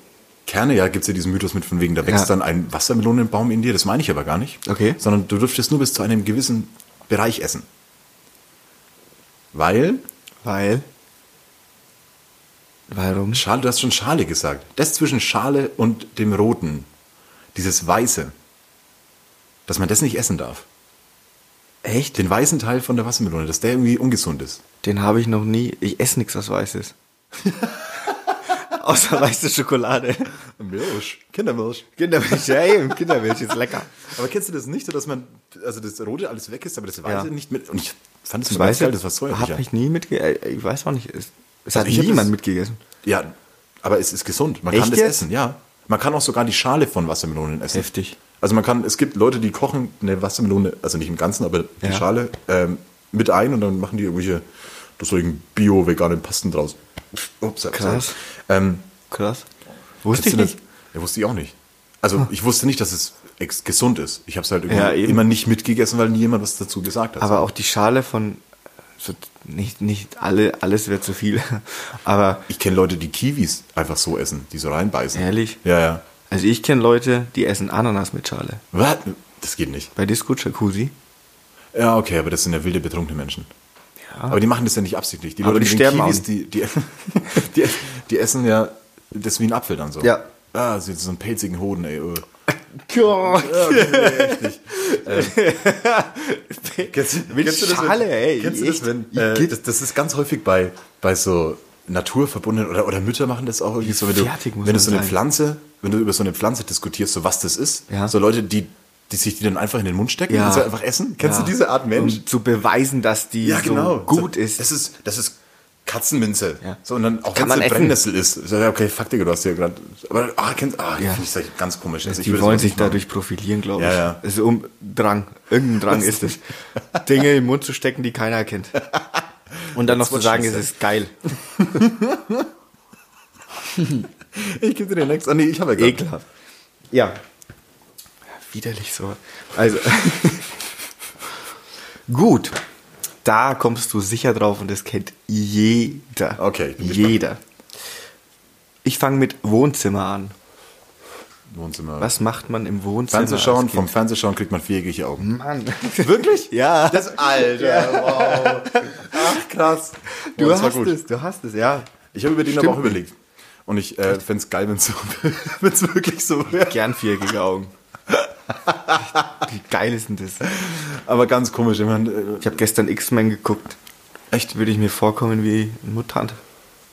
S6: Kerne, ja, gibt es ja diesen Mythos mit von wegen, da wächst
S5: Ja.
S6: dann ein Wassermelonenbaum in dir. Das meine ich aber gar nicht.
S5: Okay.
S6: Sondern du dürftest nur bis zu einem gewissen Bereich essen. Weil,
S5: Weil. Warum?
S6: Schale, du hast schon Schale gesagt. Das zwischen Schale und dem Roten, dieses Weiße, dass man das nicht essen darf.
S5: Echt?
S6: Den weißen Teil von der Wassermelone, dass der irgendwie ungesund ist.
S5: Den habe ich noch nie. Ich esse nichts, was weiß ist. Außer weiße Schokolade.
S6: Milch, Kindermilch.
S5: Kindermilch, ja eben, Kindermilch ist lecker.
S6: Aber kennst du das nicht, so dass man, also das Rote alles weg ist, aber das Weiße
S5: Ja.
S6: nicht mit. Und ich fand es
S5: Das
S6: immer ganz
S5: weiß
S6: geil,
S5: ich,
S6: das war so
S5: Hab ich nie mitgegessen. Ich weiß auch nicht. Es, es hat
S6: Also ich hab
S5: niemand
S6: das-
S5: mitgegessen.
S6: Ja, aber es ist gesund. Man kann
S5: Echt
S6: das
S5: jetzt?
S6: essen, ja. Man kann auch sogar die Schale von Wassermelonen essen.
S5: Heftig.
S6: Also man kann, es gibt Leute, die kochen eine Wassermelone, also nicht im Ganzen, aber die
S5: Ja.
S6: Schale ähm, mit ein und dann machen die irgendwelche deswegen bio-veganen Pasten draus. Ups, ups,
S5: Krass.
S6: Ähm,
S5: Krass. Wusste
S6: kennst
S5: ich
S6: du das?
S5: nicht.
S6: Ja, wusste ich auch nicht. Also ich wusste nicht, dass es ex gesund ist. Ich habe es halt irgendwie
S5: Ja, eben.
S6: immer nicht mitgegessen, weil nie jemand was dazu gesagt hat.
S5: Aber auch die Schale von. So, nicht, nicht alle, alles wäre zu viel. Aber
S6: ich kenne Leute, die Kiwis einfach so essen, die so reinbeißen.
S5: Ehrlich?
S6: Ja, ja.
S5: also ich kenne Leute, die essen Ananas mit Schale.
S6: Was? Das geht nicht.
S5: Bei Disco Jacuzzi.
S6: Ja, okay, aber das sind ja wilde, betrunkene Menschen. Aber die machen das ja nicht absichtlich. Die
S5: Aber
S6: Leute
S5: die
S6: mit den
S5: sterben
S6: Kiwis,
S5: auch.
S6: die, die, die, die essen ja das wie ein Apfel dann so.
S5: Ja.
S6: Ah, so so einen pelzigen Hoden, ey. öh. Kennst du das, wenn-
S5: Schale, ey,
S6: Kennst du das,
S5: echt?
S6: wenn, äh, das, das ist ganz häufig bei, bei so Naturverbundenen oder, oder Mütter machen das auch irgendwie so, wenn du,
S5: fertig muss
S6: wenn du
S5: man
S6: so eine
S5: sein.
S6: Pflanze, wenn du über so eine Pflanze diskutierst, so was das ist,
S5: Ja.
S6: so Leute, die, die sich die dann einfach in den Mund stecken
S5: Ja.
S6: und so einfach essen. Kennst
S5: Ja.
S6: du diese Art Mensch?
S5: Um zu beweisen, dass die
S6: ja, genau.
S5: so gut
S6: So,
S5: ist.
S6: Das ist, das ist Katzenminze.
S5: Ja.
S6: So, und dann auch
S5: Kann
S6: wenn's
S5: man
S6: eine
S5: essen.
S6: Brennnessel ist. So, ja, okay, fuck, Digga, du hast ja gerade. Aber, ah, kennst ah,
S5: Ja.
S6: finde ich das ganz komisch. Also, ich
S5: die
S6: würde
S5: wollen
S6: sowas
S5: sich
S6: nicht machen.
S5: dadurch profilieren, glaube ich.
S6: Ja, ja.
S5: Also um Drang. Irgendein Drang ist es. Dinge im Mund zu stecken, die keiner kennt. Und dann noch zu
S6: wird
S5: sagen, es
S6: scheiße.
S5: ist geil.
S6: Ich gebe dir den nächsten. Ah, nee, ich habe ja gerade.
S5: Ekelhaft. Ja. Widerlich so. Also. Gut. Da kommst du sicher drauf und das kennt jeder.
S6: Okay, ich bin gespannt.
S5: Jeder. Ich fange mit Wohnzimmer an.
S6: Wohnzimmer.
S5: Was macht man im Wohnzimmer?
S6: Fernsehschauen,
S5: als Kind?
S6: vom Fernsehschauen kriegt man viereckige Augen.
S5: Mann.
S6: Wirklich?
S5: Ja.
S6: Hm? Alter, wow. Ach, krass.
S5: du
S6: Oh, das war
S5: hast es, du hast es, ja.
S6: Ich habe über den
S5: Stimmt.
S6: aber auch überlegt. Und ich äh, fände es geil, wenn es so, wenn's wirklich so wäre.
S5: Gern viereckige Augen. Wie geil ist denn das?
S6: Aber ganz komisch. Ich meine, äh,
S5: Ich habe gestern X-Men geguckt.
S6: echt,
S5: Würde ich mir vorkommen wie ein Mutant.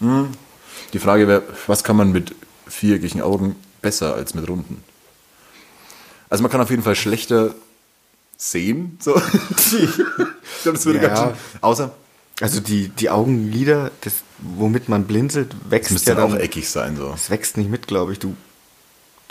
S6: Die Frage wäre, was kann man mit viereckigen Augen besser als mit runden? Also man kann auf jeden Fall schlechter sehen. So. ich glaube, das würde
S5: Ja.
S6: ganz schön. Außer
S5: Also die, die Augenlider, das, womit man blinzelt,
S6: es
S5: wächst
S6: müsste
S5: ja
S6: dann
S5: dann.
S6: auch eckig sein. So.
S5: Das wächst nicht mit, glaube ich. Du.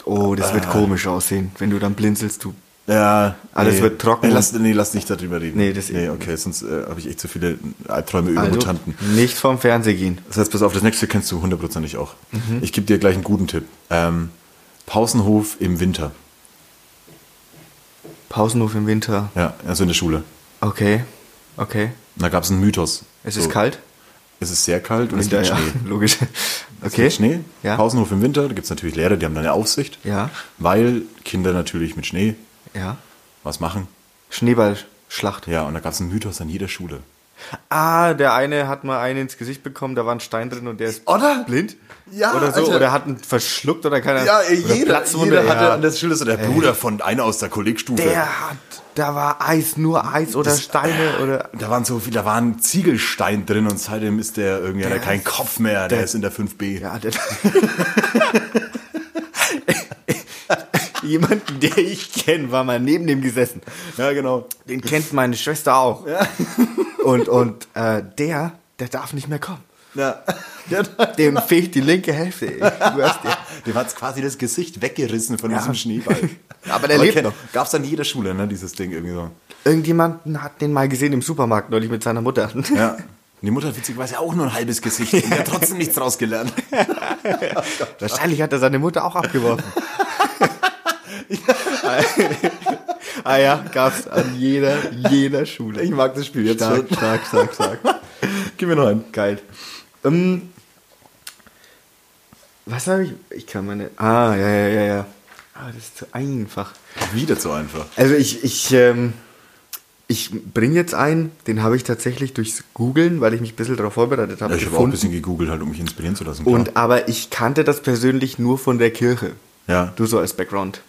S5: Oh, das
S6: Ah.
S5: wird komisch aussehen, wenn du dann blinzelst. Du.
S6: Ja,
S5: Alles wird trocken.
S6: Nee, lass, nee, lass nicht darüber reden.
S5: Nee, das- eh.
S6: nee okay, sonst äh, habe ich echt zu viele Albträume über
S5: Also,
S6: Ah, Mutanten.
S5: nicht vom Fernseher gehen.
S6: Das heißt, pass auf, das nächste kennst du hundertprozentig auch.
S5: Mhm.
S6: Ich gebe dir gleich einen guten Tipp. Ähm, Pausenhof im Winter.
S5: Pausenhof im Winter.
S6: Ja, also in der Schule.
S5: Okay, okay.
S6: Da gab es einen Mythos.
S5: Es
S6: So.
S5: ist kalt.
S6: Es ist sehr kalt und
S5: Winter,
S6: es
S5: ja,
S6: gibt Schnee.
S5: logisch.
S6: Es
S5: Okay.
S6: gibt Schnee.
S5: Ja.
S6: Pausenhof im Winter, da gibt es natürlich Lehrer, die haben dann eine Aufsicht.
S5: Ja.
S6: Weil Kinder natürlich mit Schnee
S5: Ja.
S6: was machen.
S5: Schneeballschlacht.
S6: Ja, und da gab es einen Mythos an jeder Schule.
S5: Ah, der eine hat mal einen ins Gesicht bekommen, da war ein Stein drin und der ist
S6: Oder?
S5: blind.
S6: Ja,
S5: oder so.
S6: Alter.
S5: Oder hat ihn verschluckt oder keiner.
S6: ey,
S5: oder Platzwunde, ja.
S6: der Schule so der Bruder von einer aus der Kollegstufe.
S5: Der hat. Da war Eis, nur Eis oder Steine oder.
S6: da waren so viele, da war ein Ziegelstein drin und seitdem ist der irgendwie, hat er
S5: Der
S6: keinen
S5: ist-
S6: Kopf mehr, der,
S5: der-
S6: ist in der 5b.
S5: Ja, der. jemanden, der ich kenne, war mal neben dem gesessen.
S6: Ja, genau.
S5: Den kennt meine Schwester auch. Und, und äh, der, der darf nicht mehr kommen.
S6: Ja.
S5: Dem fehlt die linke Hälfte. ey. Du hörst dir.
S6: Dem hat's quasi das Gesicht weggerissen von diesem Schneeball.
S5: Aber der lebt
S6: kenn-
S5: noch.
S6: Gab's dann in jeder Schule, ne, dieses Ding irgendwie so.
S5: Irgendjemanden hat den mal gesehen im Supermarkt neulich mit seiner Mutter.
S6: Ja. Und die Mutter witzigerweise auch nur ein halbes Gesicht. Und der hat trotzdem nichts rausgelernt.
S5: Wahrscheinlich hat er seine Mutter auch abgeworfen. ah ja, gab's an jeder, jeder Schule.
S6: Ich mag das Spiel jetzt
S5: stark,
S6: schon.
S5: stark, stark, stark.
S6: Gib mir noch einen.
S5: Geil. Ähm, was habe ich? Ich kann meine. Ah, ja, ja, ja, ja. Ah, das ist zu einfach.
S6: Wieder zu einfach.
S5: Also ich, ich, ähm, ich bringe jetzt ein, den habe ich tatsächlich durchs Googlen, weil ich mich ein bisschen darauf vorbereitet habe,
S6: Ja, ich habe auch ein
S5: gefunden.
S6: bisschen gegoogelt, halt, um mich inspirieren zu lassen.
S5: Und aber ich kannte das persönlich nur von der Kirche.
S6: Ja.
S5: Du so als Background.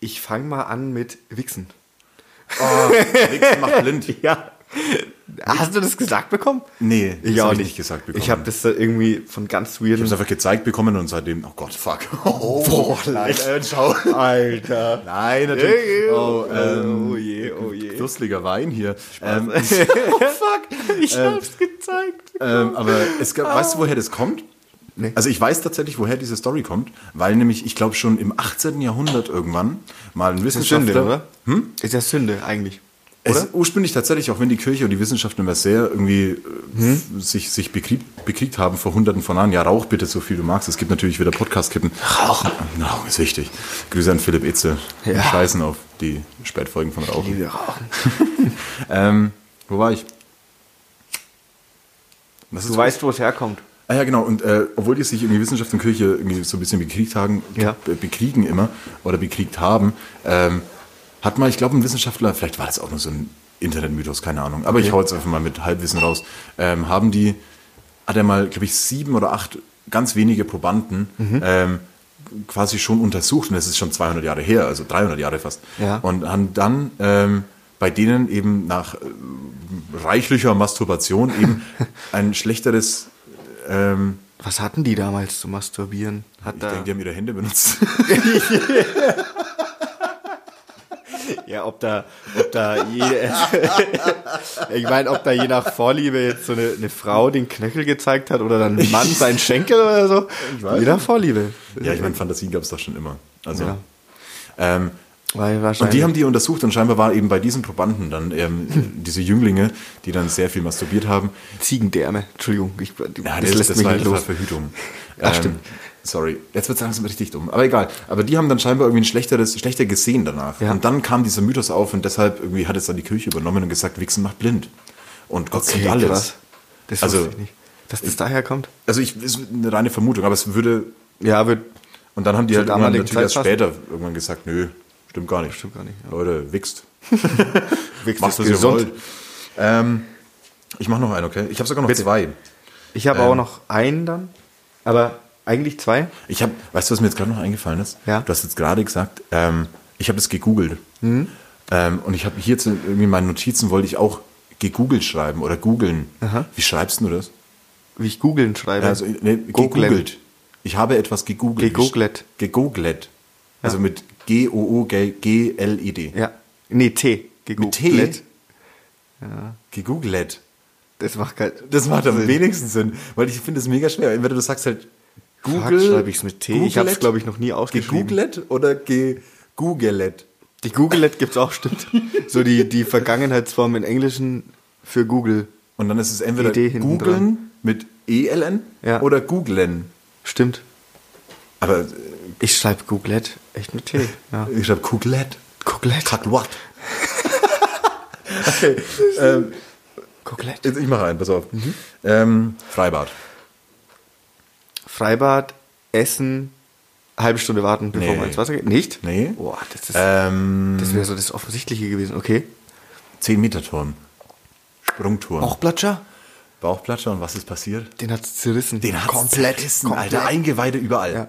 S5: Ich fange mal an mit Wichsen.
S6: Wichsen macht blind.
S5: Ja. Ah, Hast du das gesagt bekommen?
S6: Nee,
S5: ich auch
S6: das hab
S5: nicht.
S6: ich nicht gesagt bekommen.
S5: Ich habe das da irgendwie von ganz weirden.
S6: Ich hab's einfach gezeigt bekommen und seitdem, oh Gott, fuck. Oh,
S5: Alter, schau. Alter.
S6: Nein,
S5: Ey,
S6: natürlich. Oh, ähm,
S5: oh je, oh je.
S6: durstiger Wein hier. Ähm,
S5: Oh, fuck, ich hab's gezeigt.
S6: ähm, aber es gab, weißt du, woher das kommt?
S5: Nee.
S6: Also ich weiß tatsächlich, woher diese Story kommt, weil nämlich, ich glaube schon im 18. Jahrhundert irgendwann mal ein
S5: Ist
S6: Wissenschaftler...
S5: Sünde, oder? Hm? Ist ja Sünde eigentlich.
S6: Es ist ursprünglich tatsächlich, auch wenn die Kirche und die Wissenschaft immer sehr irgendwie äh,
S5: Hm?
S6: sich, sich bekriegt, bekriegt haben vor hunderten von Jahren. Ja, rauch bitte so viel du magst. Es gibt natürlich wieder Podcast-Kippen. Rauch. Rauch ist wichtig. Grüße an Philipp Itze. Wir
S5: Ja.
S6: scheißen auf die Spätfolgen von Rauchen.
S5: rauchen.
S6: Ähm, wo war ich? Was ist
S5: Du weißt, wo es herkommt.
S6: Ah ja, genau. Und äh, obwohl die sich irgendwie Wissenschaft und Kirche irgendwie so ein bisschen bekriegt haben,
S5: Ja.
S6: be- bekriegen immer oder bekriegt haben, ähm, hat mal, ich glaube, ein Wissenschaftler, vielleicht war das auch nur so ein Internetmythos, keine Ahnung, aber ich hau jetzt einfach mal mit Halbwissen raus, ähm, haben die, hat er mal, glaube ich, sieben oder acht ganz wenige Probanden
S5: Mhm.
S6: ähm, quasi schon untersucht und das ist schon 200 Jahre her, also 300 Jahre fast.
S5: Ja.
S6: Und haben dann ähm, bei denen eben nach äh, reichlicher Masturbation eben ein schlechteres ähm,
S5: Was hatten die damals zu masturbieren? Hat
S6: ich
S5: da-
S6: denke, die haben ihre Hände benutzt.
S5: Ja, ob da, ob da je, ich meine, ob da je nach Vorliebe jetzt so eine, eine Frau den Knöchel gezeigt hat oder dann ein Mann seinen Schenkel oder so.
S6: weiß
S5: Je nach Vorliebe.
S6: ja, ich meine, Fantasien gab es doch schon immer. Also,
S5: Ja.
S6: ähm,
S5: Weil
S6: und
S5: wahrscheinlich.
S6: die haben die untersucht und scheinbar war eben bei diesen Probanden dann ähm, diese Jünglinge, die dann sehr viel masturbiert haben.
S5: Ziegendärme. Entschuldigung, ich,
S6: Ja,
S5: das, lässt mich
S6: war,
S5: nicht
S6: das war
S5: los.
S6: Verhütung. Ähm,
S5: Ach, stimmt.
S6: Sorry, jetzt wird es langsam richtig dumm. Aber egal. Aber die haben dann scheinbar irgendwie ein schlechteres, schlechter gesehen danach.
S5: Ja.
S6: Und dann kam dieser Mythos auf und deshalb irgendwie hat es dann die Kirche übernommen und gesagt, Wichsen macht blind. Und Gott sei
S5: Okay,
S6: alles.
S5: krass. Das also,
S6: also,
S5: wusste ich nicht. Dass das daher kommt?
S6: also ich ist eine reine Vermutung, aber es würde
S5: Ja, wird.
S6: Und dann haben die
S5: Zur
S6: halt irgendwann
S5: damaligen
S6: natürlich
S5: Zeit
S6: erst
S5: passen.
S6: später irgendwann gesagt, nö, stimmt gar nicht.
S5: Stimmt gar nicht, ja.
S6: Leute, wichst.
S5: Wichst
S6: Macht,
S5: ist
S6: was ihr
S5: gesund.
S6: wollt. Ähm, ich mache noch einen, okay? Ich habe sogar noch zwei.
S5: Ich habe auch noch einen dann, aber eigentlich zwei.
S6: Ich habe, weißt du, was mir jetzt gerade noch eingefallen ist?
S5: Ja.
S6: Du hast jetzt gerade gesagt, ähm, ich habe das gegoogelt.
S5: Mhm.
S6: Ähm, und ich habe hier zu, irgendwie in meinen Notizen wollte ich auch gegoogelt schreiben oder googeln. Wie schreibst du das?
S5: Wie ich googeln schreibe.
S6: Also,
S5: ne,
S6: nee,
S5: Googlen.
S6: gegoogelt. Ich habe etwas gegoogelt.
S5: Gegooglet.
S6: Gegooglet. Also mit G-O-O-G-L-I-D.
S5: Ja. Nee, T.
S6: Mit T? Gegoogelt.
S5: Das macht kein.
S6: Das macht am
S5: Sinn.
S6: wenigsten Sinn, weil ich finde es mega schwer. Entweder du sagst halt Google.
S5: Fuck, schreib ich's mit T? Ich hab's,
S6: Googlet,
S5: glaub ich, noch nie ausgeschrieben.
S6: Gegooglet oder gegoogelet?
S5: Die Googlet gibt's auch, stimmt. So die, die Vergangenheitsform im Englischen für Google.
S6: Und dann ist es entweder
S5: Die E D hinten
S6: googeln
S5: dran.
S6: mit ELN
S5: Ja.
S6: oder googlen.
S5: Stimmt.
S6: Aber äh,
S5: Ich schreibe Googlet echt mit T. Ja.
S6: ich schreibe Googlet.
S5: Googlet.
S6: Cut what? okay. Ähm,
S5: Googlet.
S6: jetzt, ich mache einen, pass auf.
S5: Mhm.
S6: Ähm, Freibad.
S5: Freibad, Essen, halbe Stunde warten, bevor
S6: Nee.
S5: man ins Wasser geht. Nicht?
S6: Nee.
S5: Boah, das ist.
S6: Ähm,
S5: Das wäre so das Offensichtliche gewesen, okay.
S6: 10-Meter-Turm. Sprungturm.
S5: Bauchplatscher?
S6: Bauchplatscher und was ist passiert?
S5: Den hat's zerrissen.
S6: Den hat's
S5: komplett.
S6: zerrissen,
S5: komplett.
S6: Alter. Eingeweide überall.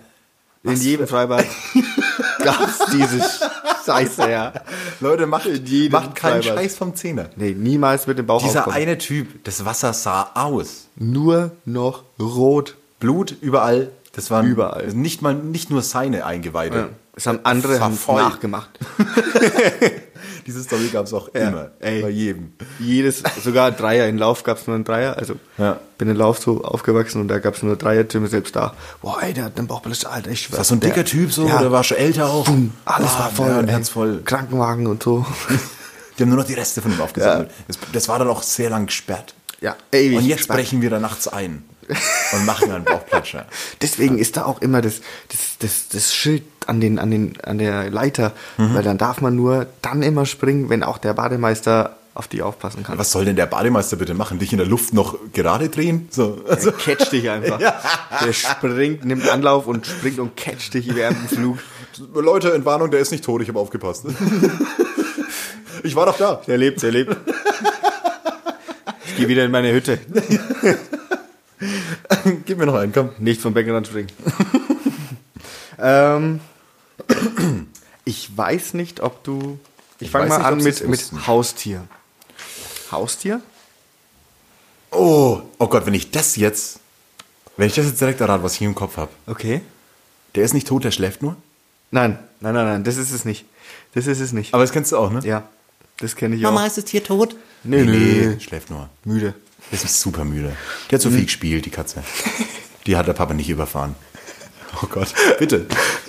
S5: Ja. In jedem Freibad gab's diese Scheiße, ja.
S6: Leute, macht,
S5: In jedem
S6: macht keinen
S5: Freibad.
S6: Scheiß vom Zehner.
S5: Nee, niemals mit dem Bauch
S6: Dieser
S5: aufkommen.
S6: eine Typ, das Wasser sah aus.
S5: Nur noch rot.
S6: Blut überall. Das waren
S5: Überall.
S6: Nicht, mal, nicht nur seine Eingeweide.
S5: Das haben andere haben
S6: Vervoll.
S5: nachgemacht.
S6: Diese Story gab es auch
S5: Ja,
S6: immer.
S5: ey.
S6: Bei jedem.
S5: Jedes, sogar Dreier in Lauf gab es nur einen Dreier. Also
S6: Ja.
S5: bin in Lauf so aufgewachsen und da gab es nur Dreiertürme selbst da. Boah, ey, der hat einen Bauchplatz, Alter, ich schwör.
S6: War das so ein
S5: der-
S6: dicker Typ so?
S5: Ja.
S6: Oder war schon älter auch?
S5: Boom, alles
S6: Ah,
S5: war voll.
S6: Ja,
S5: Ja,
S6: und Herz voll.
S5: Krankenwagen und so.
S6: Die haben nur noch die Reste von ihm aufgesammelt. Das, das war dann auch sehr lang gesperrt.
S5: Ja, ewig
S6: Und jetzt
S5: gesperrt.
S6: brechen wir da nachts ein und machen einen Bauchplatscher.
S5: Deswegen ist da auch immer das, das, das, das Schild an, den, an, den, an der Leiter,
S6: Mhm.
S5: weil dann darf man nur dann immer springen, wenn auch der Bademeister auf die aufpassen kann.
S6: Was soll denn der Bademeister bitte machen? Dich in der Luft noch gerade drehen? So, also,
S5: Der catcht dich einfach. Der springt, nimmt Anlauf und springt und catcht dich während dem Flug.
S6: Leute, Entwarnung, der ist nicht tot, ich habe aufgepasst. ich war doch da.
S5: Der lebt, der lebt. Ich gehe wieder in meine Hütte.
S6: Gib mir noch einen, komm.
S5: Nicht vom Beckenrand springen. ähm, ich weiß nicht, ob du. Ich fange
S6: weiß
S5: mal
S6: nicht,
S5: an
S6: ob sie's
S5: mit, mit
S6: wussten.
S5: Haustier. Haustier?
S6: Oh, oh Gott, wenn ich das jetzt, wenn ich das jetzt direkt errate, was ich hier im Kopf habe.
S5: Okay.
S6: Der ist nicht tot, der schläft nur.
S5: Nein, nein, nein, nein, das ist es nicht. Das ist es nicht.
S6: Aber das kennst du auch, ne?
S5: ja, das kenne ich auch.
S6: ist das Tier tot?
S5: Nee,
S6: Nee,
S5: nee. Mhm.
S6: nee, schläft nur.
S5: Müde.
S6: Das ist super müde. Die hat so viel gespielt, die Katze. Die hat der Papa nicht überfahren. Oh Gott, bitte.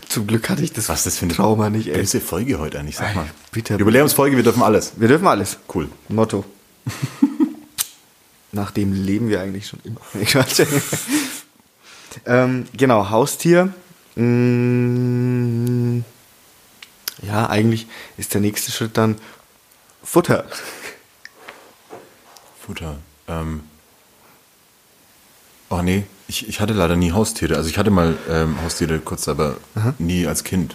S5: Zum Glück hatte ich das,
S6: Was ist das für eine
S5: Trauma nicht, ey.
S6: böse Folge heute eigentlich? Sag mal.
S5: Bitte.
S6: Jubiläumsfolge, wir dürfen alles.
S5: Wir dürfen alles.
S6: Cool.
S5: Motto. Nach dem leben wir eigentlich schon immer. Nee, Quatsch. ähm, genau, Haustier. Mm, ja, eigentlich ist der nächste Schritt dann Futter.
S6: Futter. Ähm. Oh nee, ich, ich hatte leider nie Haustiere. Also ich hatte mal ähm, Haustiere kurz, aber nie als Kind.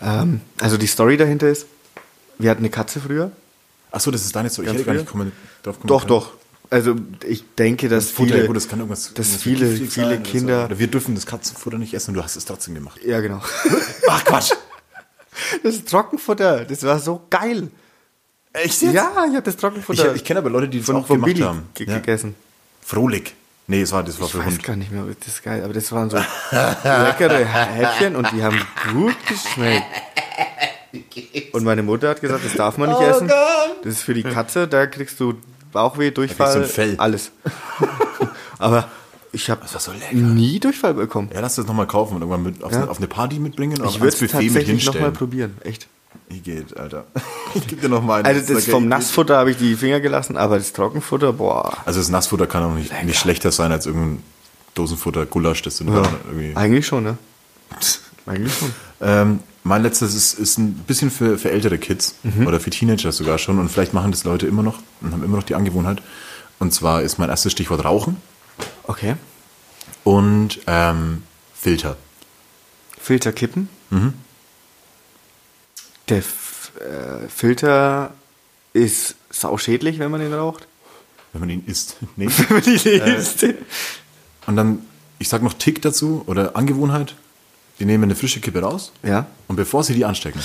S5: Ähm, also die Story dahinter ist, wir hatten eine Katze früher.
S6: Achso, das ist deine Story. Ich
S5: Ganz
S6: hätte gar
S5: früher?
S6: nicht kommen, drauf kommen
S5: Doch,
S6: können.
S5: doch. Also ich denke, dass
S6: Futter,
S5: viele,
S6: ja, gut, das kann irgendwas.
S5: dass
S6: irgendwas
S5: viele,
S6: giftig sein
S5: viele
S6: oder so.
S5: Kinder,
S6: Oder wir dürfen das Katzenfutter nicht essen und du hast es trotzdem gemacht.
S5: ja genau,
S6: Ach Quatsch!
S5: das Trockenfutter, das war so geil.
S6: Echt
S5: Ja, ich habe das
S6: Ich,
S5: Trockenfutter
S6: ich kenne aber Leute, die das
S5: von,
S6: auch
S5: von
S6: gemacht
S5: Billy
S6: haben.
S5: ge-
S6: Ja.
S5: gegessen.
S6: Frohlich. Nee, das war, das war
S5: Ich
S6: für
S5: weiß
S6: Hund.
S5: gar nicht mehr, ob das ist geil, aber das waren so leckere Häppchen und die haben gut geschmeckt. Und meine Mutter hat gesagt, das darf
S6: Oh
S5: man nicht essen. Das ist für die Katze, da kriegst du Bauchweh, Durchfall,
S6: du ein Fell.
S5: alles. aber ich habe
S6: Das war so lecker.
S5: nie Durchfall bekommen.
S6: Ja, lass das nochmal kaufen und irgendwann mit auf,
S5: Ja.
S6: eine, auf eine Party mitbringen und
S5: Ich würde es
S6: Buffet mit
S5: tatsächlich nochmal
S6: hinstellen.
S5: probieren, echt.
S6: Wie geht, Alter? Ich geb dir noch mal einen.
S5: Also das
S6: Okay.
S5: vom Nassfutter habe ich die Finger gelassen, aber das Trockenfutter, boah.
S6: Also das Nassfutter kann auch nicht, nicht schlechter sein als irgendein Dosenfutter, Gulasch, das du nur irgendwie.
S5: Eigentlich schon, ne? Eigentlich schon.
S6: Ähm, mein letztes ist, ist ein bisschen für, für ältere Kids
S5: Mhm.
S6: oder für Teenager sogar schon und vielleicht machen das Leute immer noch und haben immer noch die Angewohnheit. Und zwar ist mein erstes Stichwort Rauchen
S5: Okay.
S6: und ähm, Filter.
S5: Filter kippen.
S6: Mhm.
S5: Der F äh, Filter ist sauschädlich, wenn man den raucht.
S6: Wenn man ihn isst. Nee.
S5: Wenn man
S6: Äh.
S5: den isst.
S6: Und dann, ich sag noch Tick dazu oder Angewohnheit. Die nehmen eine frische Kippe raus
S5: Ja.
S6: und bevor sie die anstecken.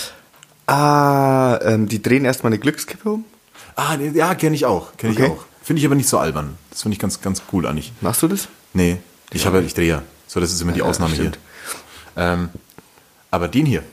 S5: Ah, ähm, die drehen erstmal eine Glückskippe um.
S6: Ah, nee, ja, kenne ich auch. Kenne
S5: Okay.
S6: ich auch. Finde ich aber nicht so albern. Das finde ich ganz, ganz cool eigentlich.
S5: Machst du das?
S6: Nee, ich habe, ich drehe ja. So, das ist immer die
S5: Ja,
S6: Ausnahme hier.
S5: stimmt.
S6: Ähm, aber den hier.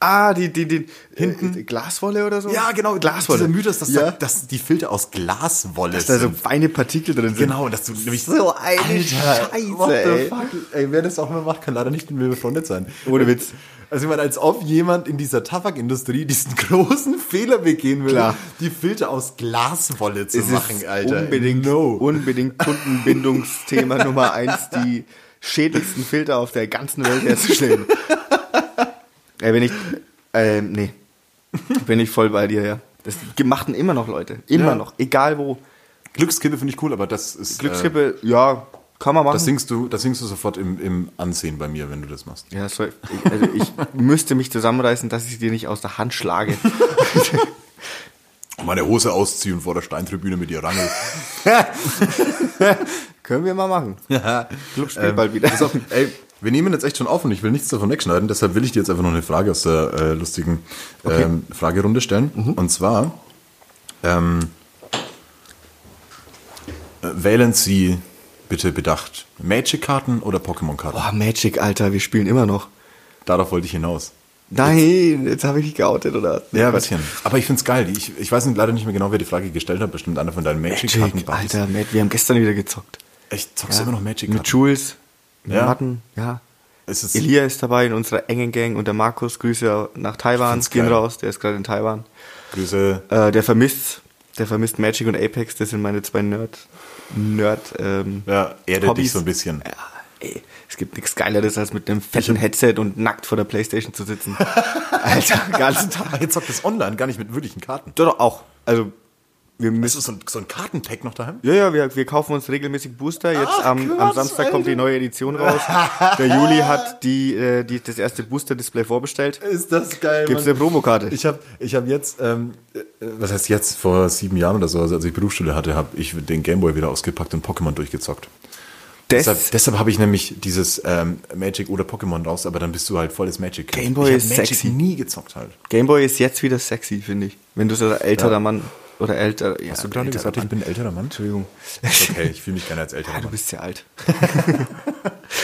S5: Ah, die, die, die hinten Glaswolle oder so? genau, Glaswolle.
S6: genau, Glaswolle.
S5: ja.
S6: dass die Filter aus Glaswolle
S5: dass da so feine Partikel drin sind.
S6: Genau, dass du nämlich
S5: So eine Scheiße,
S6: What
S5: ey.
S6: the fuck? Ey, wer das auch mal macht, kann leider nicht mit mir befreundet sein.
S5: Ohne Witz.
S6: Also ich meine, als ob jemand in dieser Tabakindustrie diesen großen Fehler begehen würde,
S5: Klar.
S6: die Filter aus Glaswolle zu
S5: Es
S6: machen,
S5: ist
S6: Alter.
S5: Unbedingt,
S6: No.
S5: unbedingt Kundenbindungsthema Nummer eins, die schädlichsten Filter auf der ganzen Welt herzustellen. Ey, bin ich. Ähm, nee. Bin ich voll bei dir, ja. Das machten immer noch Leute. Immer
S6: Ja.
S5: noch. Egal wo.
S6: Glückskippe finde ich cool, aber das ist... Äh,
S5: Glückskippe, ja, kann man machen.
S6: das singst du, das singst du sofort im, im Ansehen bei mir, wenn du das machst.
S5: ja, sorry. Ich- Also ich müsste mich zusammenreißen, dass ich es dir nicht aus der Hand schlage.
S6: Meine Hose ausziehen vor der Steintribüne mit ihr rangel.
S5: Können wir mal machen. Club spielt bald wieder.
S6: Ähm, Pass auf, ey, wir nehmen jetzt echt schon auf und ich will nichts davon wegschneiden, deshalb will ich dir jetzt einfach noch eine Frage aus der äh, lustigen ähm, Fragerunde stellen.
S5: Mhm.
S6: Und zwar ähm, äh, wählen Sie bitte bedacht Magic-Karten oder Pokémon-Karten?
S5: Boah, Magic, Alter, wir spielen immer noch.
S6: Darauf wollte ich hinaus.
S5: Nein, jetzt habe ich dich geoutet, oder?
S6: Ja, ein bisschen. Aber ich find's geil. Ich, ich weiß leider nicht mehr genau, wer die Frage gestellt hat. Bestimmt einer von deinen Magic-Karten.
S5: Magic, Alter, Matt, wir haben gestern wieder gezockt.
S6: Ich zock's immer noch Magic-Karten.
S5: Mit Jules, mit
S6: Ja.
S5: Martin, ja.
S6: Es ist-
S5: Elia ist dabei in unserer engen Gang und der Markus, Grüße nach Taiwan,
S6: find's
S5: gehen
S6: geil.
S5: raus, der ist gerade in Taiwan.
S6: Grüße.
S5: Äh, der vermisst, der vermisst Magic und Apex, das sind meine zwei Nerd, Nerd, ähm,
S6: Ja, erde dich
S5: Hobbys.
S6: so ein bisschen.
S5: Ja, ey, es gibt nichts Geileres, als mit einem fetten Headset und nackt vor der Playstation zu sitzen. Alter, den ganzen Tag.
S6: Jetzt zockt das online, gar nicht mit wirklichen Karten.
S5: Doch, doch, auch. Also, wir
S6: Ist
S5: müssen.
S6: das so ein, so ein Kartenpack noch daheim?
S5: Ja, ja, wir, wir kaufen uns regelmäßig Booster. Jetzt
S6: Ach,
S5: am, am
S6: krass,
S5: Samstag kommt die
S6: Alter.
S5: neue Edition raus. Der Juli hat die, äh, die, das erste Booster-Display vorbestellt.
S6: Ist das geil.
S5: Gibt's
S6: Mann.
S5: eine Promokarte?
S6: Ich habe ich hab jetzt, ähm, äh, was heißt jetzt, vor sieben Jahren oder so, also als ich Berufsschule hatte, habe ich den Gameboy wieder ausgepackt und Pokémon durchgezockt. deshalb deshalb habe ich nämlich dieses ähm, Magic oder Pokémon raus, aber dann bist du halt volles Magic.
S5: Gameboy
S6: ich hab
S5: ist
S6: Magic
S5: sexy.
S6: nie gezockt halt.
S5: Gameboy ist jetzt wieder sexy, finde ich. Wenn du so ein älterer Mann oder älter. Ja,
S6: Hast du gerade
S5: älterer
S6: gesagt, ich
S5: Mann.
S6: bin älterer Mann?
S5: Entschuldigung.
S6: Okay, ich fühle mich gerne als älterer
S5: Ja, du
S6: Mann.
S5: bist ja alt.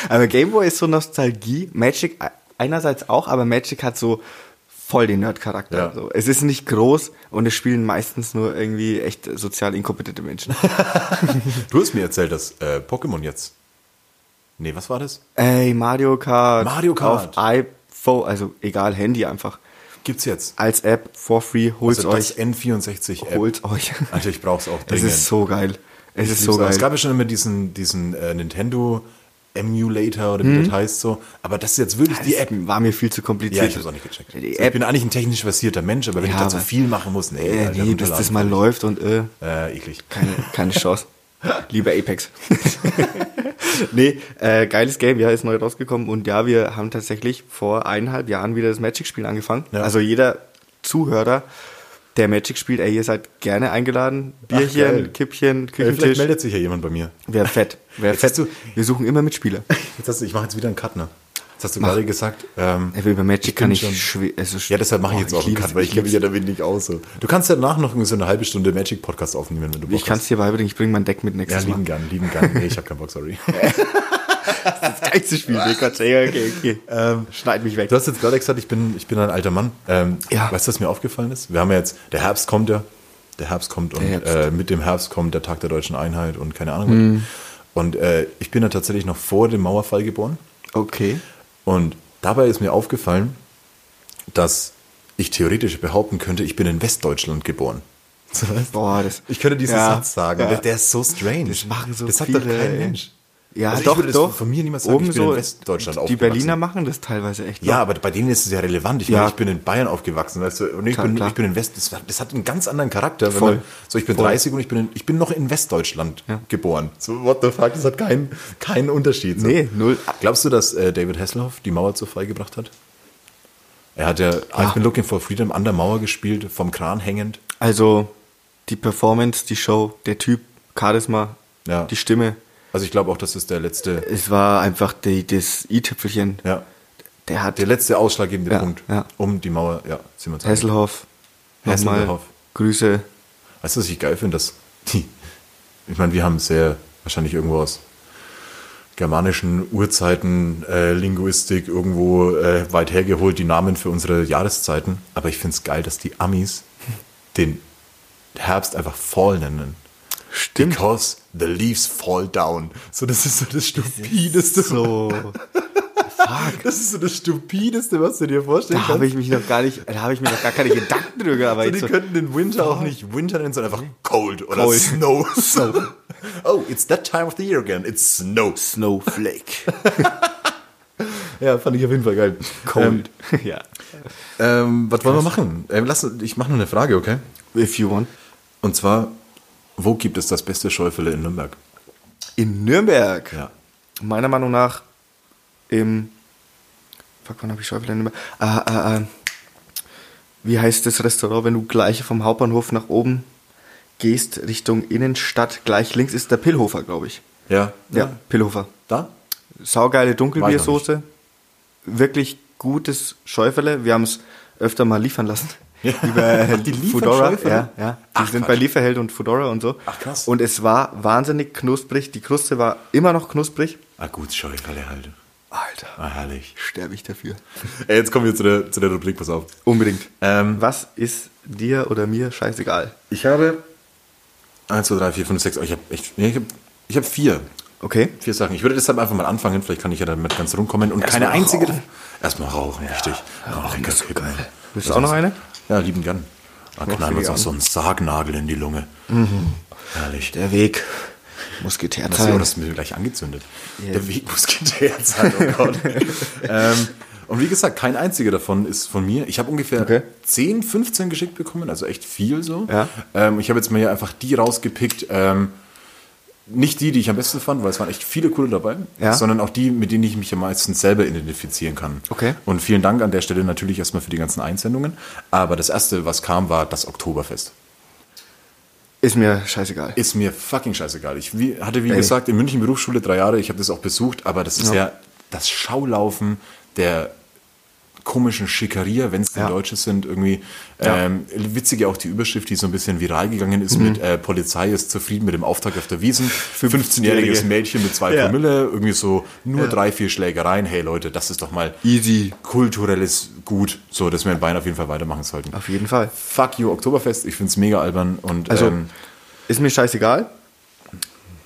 S5: aber Gameboy ist so Nostalgie, Magic äh, einerseits auch, aber Magic hat so voll den Nerd-Charakter.
S6: Ja.
S5: So. Es ist nicht groß und es spielen meistens nur irgendwie echt sozial inkompetente Menschen.
S6: Du hast mir erzählt, dass äh, Pokémon jetzt. Nee, was war das?
S5: Ey, Mario Kart.
S6: Mario Kart.
S5: Auf iPhone, also egal, Handy einfach.
S6: Gibt's jetzt.
S5: Als App, for free, holt's
S6: Also das
S5: euch.
S6: N64 App.
S5: Holt's euch.
S6: Alter, ich brauch's auch
S5: Es
S6: dringend.
S5: ist so geil. Es ist so
S6: Aber
S5: geil.
S6: Es gab ja schon immer diesen, diesen äh, Nintendo Emulator oder wie das heißt so. Aber das ist jetzt wirklich die
S5: Mhm. Das
S6: App.
S5: war mir viel zu kompliziert.
S6: Ja, ich hab's auch nicht gecheckt. So,
S5: Die
S6: ich
S5: App,
S6: bin eigentlich ein technisch versierter Mensch, aber wenn
S5: Ja,
S6: ich da so
S5: aber-
S6: viel machen muss, nee,
S5: äh,
S6: Alter,
S5: nee, bis das
S6: runterladen.
S5: mal läuft und äh,
S6: Äh, eklig.
S5: keine, keine Chance. Lieber Apex. nee, äh, geiles Game, ja, ist neu rausgekommen und ja, wir haben tatsächlich vor eineinhalb Jahren wieder das Magic-Spielen angefangen.
S6: Ja.
S5: Also jeder Zuhörer, der Magic spielt, ey, ihr seid gerne eingeladen. Bierchen,
S6: geil.
S5: Kippchen,
S6: Ey, vielleicht
S5: Küchentisch.
S6: meldet sich ja jemand bei mir.
S5: Wäre fett. Wäre
S6: Jetzt
S5: fett.
S6: hast du-
S5: wir suchen immer Mitspieler.
S6: Jetzt hast du, ich mache jetzt wieder einen Cut, ne? Jetzt hast du
S5: Mach.
S6: gerade gesagt. Ähm,
S5: Ey, über Magic
S6: bin
S5: kann ich
S6: schon-
S5: schwer. Also,
S6: ja, deshalb mache ich jetzt
S5: Boah,
S6: auch einen
S5: lieb's,
S6: Cut, weil ich kenne
S5: lieb's.
S6: mich ja da wenig aus. So. Du kannst danach noch so eine halbe Stunde Magic-Podcast aufnehmen, wenn du Bock
S5: Ich kann es dir beibringen, ich bringe mein Deck mit
S6: Ja,
S5: nächstes
S6: lieben
S5: Mal.
S6: gern, lieben gern. Nee, ich habe keinen Bock, sorry.
S5: Das geilste Spiel, nee, Quatsch, ey, okay, okay. Schneid mich weg.
S6: Ähm, Du hast jetzt gerade gesagt, ich bin, ich bin ein alter Mann. Ähm,
S5: Ja.
S6: Weißt du, was mir aufgefallen ist? Wir haben ja jetzt, der Herbst kommt ja. Der Herbst kommt und
S5: Der Herbst. Mhm.
S6: Äh, mit dem Herbst kommt der Tag der deutschen Einheit und keine Ahnung. was. Und äh, ich bin ja tatsächlich noch vor dem Mauerfall geboren.
S5: Okay.
S6: Und dabei ist mir aufgefallen, dass ich theoretisch behaupten könnte, ich bin in Westdeutschland geboren.
S5: Boah, das,
S6: Ich könnte diesen
S5: Ja,
S6: Satz sagen.
S5: ja.
S6: Der, der ist so strange.
S5: Das machen so
S6: Das sagt
S5: viele.
S6: doch kein
S5: ey.
S6: Mensch.
S5: Ja,
S6: Also ich
S5: doch,
S6: würde das
S5: doch.
S6: von mir niemals sagen,
S5: Oben
S6: ich bin
S5: so,
S6: in Westdeutschland
S5: Die
S6: aufgewachsen.
S5: Berliner machen das teilweise echt.
S6: Ja,
S5: noch.
S6: aber bei denen ist es ja relevant. Ich,
S5: Ja.
S6: meine, ich bin in Bayern aufgewachsen, weißt du, und ich,
S5: Klar,
S6: bin,
S5: klar.
S6: ich bin in West, das, das hat einen ganz anderen Charakter. Wenn
S5: Voll.
S6: Man, so, ich bin
S5: Voll.
S6: 30 und ich bin, in, ich bin noch in Westdeutschland
S5: Ja.
S6: geboren. So, what the fuck, das hat keinen, keinen Unterschied. So.
S5: Nee, null.
S6: Glaubst du, dass äh, David Hasselhoff die Mauer zur Fall gebracht hat? Er hat ja
S5: Ah.
S6: I've Been Looking for Freedom an der Mauer gespielt, vom Kran hängend.
S5: Also die Performance, die Show, der Typ, Charisma,
S6: Ja.
S5: die Stimme.
S6: Also ich glaube auch, das ist der letzte,
S5: Es war einfach die, das i-Tüpfelchen.
S6: ja,
S5: Der hat
S6: der letzte ausschlaggebende
S5: Ja,
S6: Punkt,
S5: ja.
S6: um die Mauer, ja, sind wir uns einig.
S5: Hasselhoff. nochmal
S6: Hasselhoff.
S5: Grüße.
S6: Weißt du, was ich geil finde, dass die, ich meine, wir haben sehr wahrscheinlich irgendwo aus germanischen Urzeiten, äh, Linguistik irgendwo äh, weit hergeholt, die Namen für unsere Jahreszeiten. Aber ich finde es geil, dass die Amis den Herbst einfach Fall nennen.
S5: Stimmt.
S6: Because the leaves fall down. So, das ist so das Stupideste.
S5: So. Fuck.
S6: Das ist so das Stupideste, was du dir vorstellen
S5: Da
S6: kannst.
S5: habe ich mich noch gar nicht, da habe ich mir noch gar keine Gedanken drüber
S6: So,
S5: gemacht.
S6: die
S5: So,
S6: könnten den Winter auch nicht Winter nennen, sondern einfach Cold oder
S5: Cold.
S6: Snow. oh, it's that time of the year again. It's snow.
S5: Snowflake.
S6: Ja, fand ich auf jeden Fall geil.
S5: Cold. ja.
S6: Ähm, ähm, was wollen wir machen? Ähm, lass, ich mache noch eine Frage, okay?
S5: If you want.
S6: Und zwar, wo gibt es das beste Schäufele in Nürnberg?
S5: In Nürnberg.
S6: Ja.
S5: Meiner Meinung nach im. Fuck, wann habe ich Schäufele in Nürnberg? Äh, äh, äh, wie heißt das Restaurant, wenn du gleich vom Hauptbahnhof nach oben gehst, Richtung Innenstadt? Gleich links ist der Pillhofer, glaube ich.
S6: Ja.
S5: Ja, Pillhofer.
S6: Da?
S5: Saugeile
S6: Weiß
S5: Dunkelbiersoße. Wirklich gutes Schäufele. Wir haben es öfter mal liefern lassen. Über äh,
S6: Die liefern
S5: Foodora.
S6: Schäufele?
S5: Ja, ja. Die
S6: Ach,
S5: sind
S6: Quatsch.
S5: bei Lieferheld und Foodora und so.
S6: Ach, krass.
S5: Und es war wahnsinnig knusprig. Die Kruste war immer noch knusprig.
S6: Ah, gut, Schäufele halt.
S5: Alter. Alter,
S6: Ah, herrlich.
S5: sterbe ich dafür.
S6: Ey, jetzt kommen wir zu der, zu der Rubrik, pass auf.
S5: Unbedingt.
S6: Ähm,
S5: Was ist dir oder mir scheißegal?
S6: ich habe 1, 2, 3, 4, 5, 6, Oh, ich habe echt, nee, ich habe ich hab vier.
S5: Okay.
S6: Vier Sachen. Ich würde deshalb einfach mal anfangen, vielleicht kann ich ja damit ganz rumkommen und keine
S5: rauchen.
S6: einzige. Erstmal rauchen, richtig. Rauchen ist so geil.
S5: Willst du auch noch eine?
S6: Ja, lieben gern. Da knallen
S5: ich
S6: wir uns
S5: Mhm.
S6: auch so einen Sargnagel in die Lunge. Herrlich.
S5: Der Weg muss geteert
S6: Das, oh,
S5: sein.
S6: das ist mir gleich angezündet. Der Weg muss geteert sein, oh Gott. ähm, und wie gesagt, kein einziger davon ist von mir. Ich habe ungefähr
S5: Okay.
S6: 10, 15 geschickt bekommen, also echt viel so.
S5: Ja.
S6: Ähm, ich habe jetzt mir ja einfach die rausgepickt, ähm, nicht die, die ich am besten fand, weil es waren echt viele coole dabei,
S5: Ja.
S6: sondern auch die, mit denen ich mich am meisten selber identifizieren kann.
S5: Okay.
S6: Und vielen Dank an der Stelle natürlich erstmal für die ganzen Einsendungen. Aber das erste, was kam, war das Oktoberfest.
S5: Ist mir scheißegal.
S6: Ist mir fucking scheißegal. Ich wie, hatte, wie
S5: Ey.
S6: gesagt, in München Berufsschule drei Jahre, ich habe das auch besucht, aber das ist ja,
S5: Ja.
S6: das Schaulaufen der komischen Schickeria, wenn es denn
S5: Ja.
S6: Deutsche sind, irgendwie.
S5: Ja. Mhm.
S6: Ähm, witzige auch die Überschrift, die so ein bisschen viral gegangen ist mit äh, Polizei ist zufrieden mit dem Auftrag auf der Wiesen. 15-jähriges Mädchen mit zwei
S5: Ja.
S6: Promille, irgendwie so nur drei, vier Schlägereien. Hey Leute, das ist doch mal
S5: Easy.
S6: kulturelles Gut, so dass wir in Bayern auf jeden Fall weitermachen sollten.
S5: Auf jeden Fall.
S6: Fuck you, Oktoberfest, ich find's mega albern und
S5: Also,
S6: ähm,
S5: ist mir scheißegal,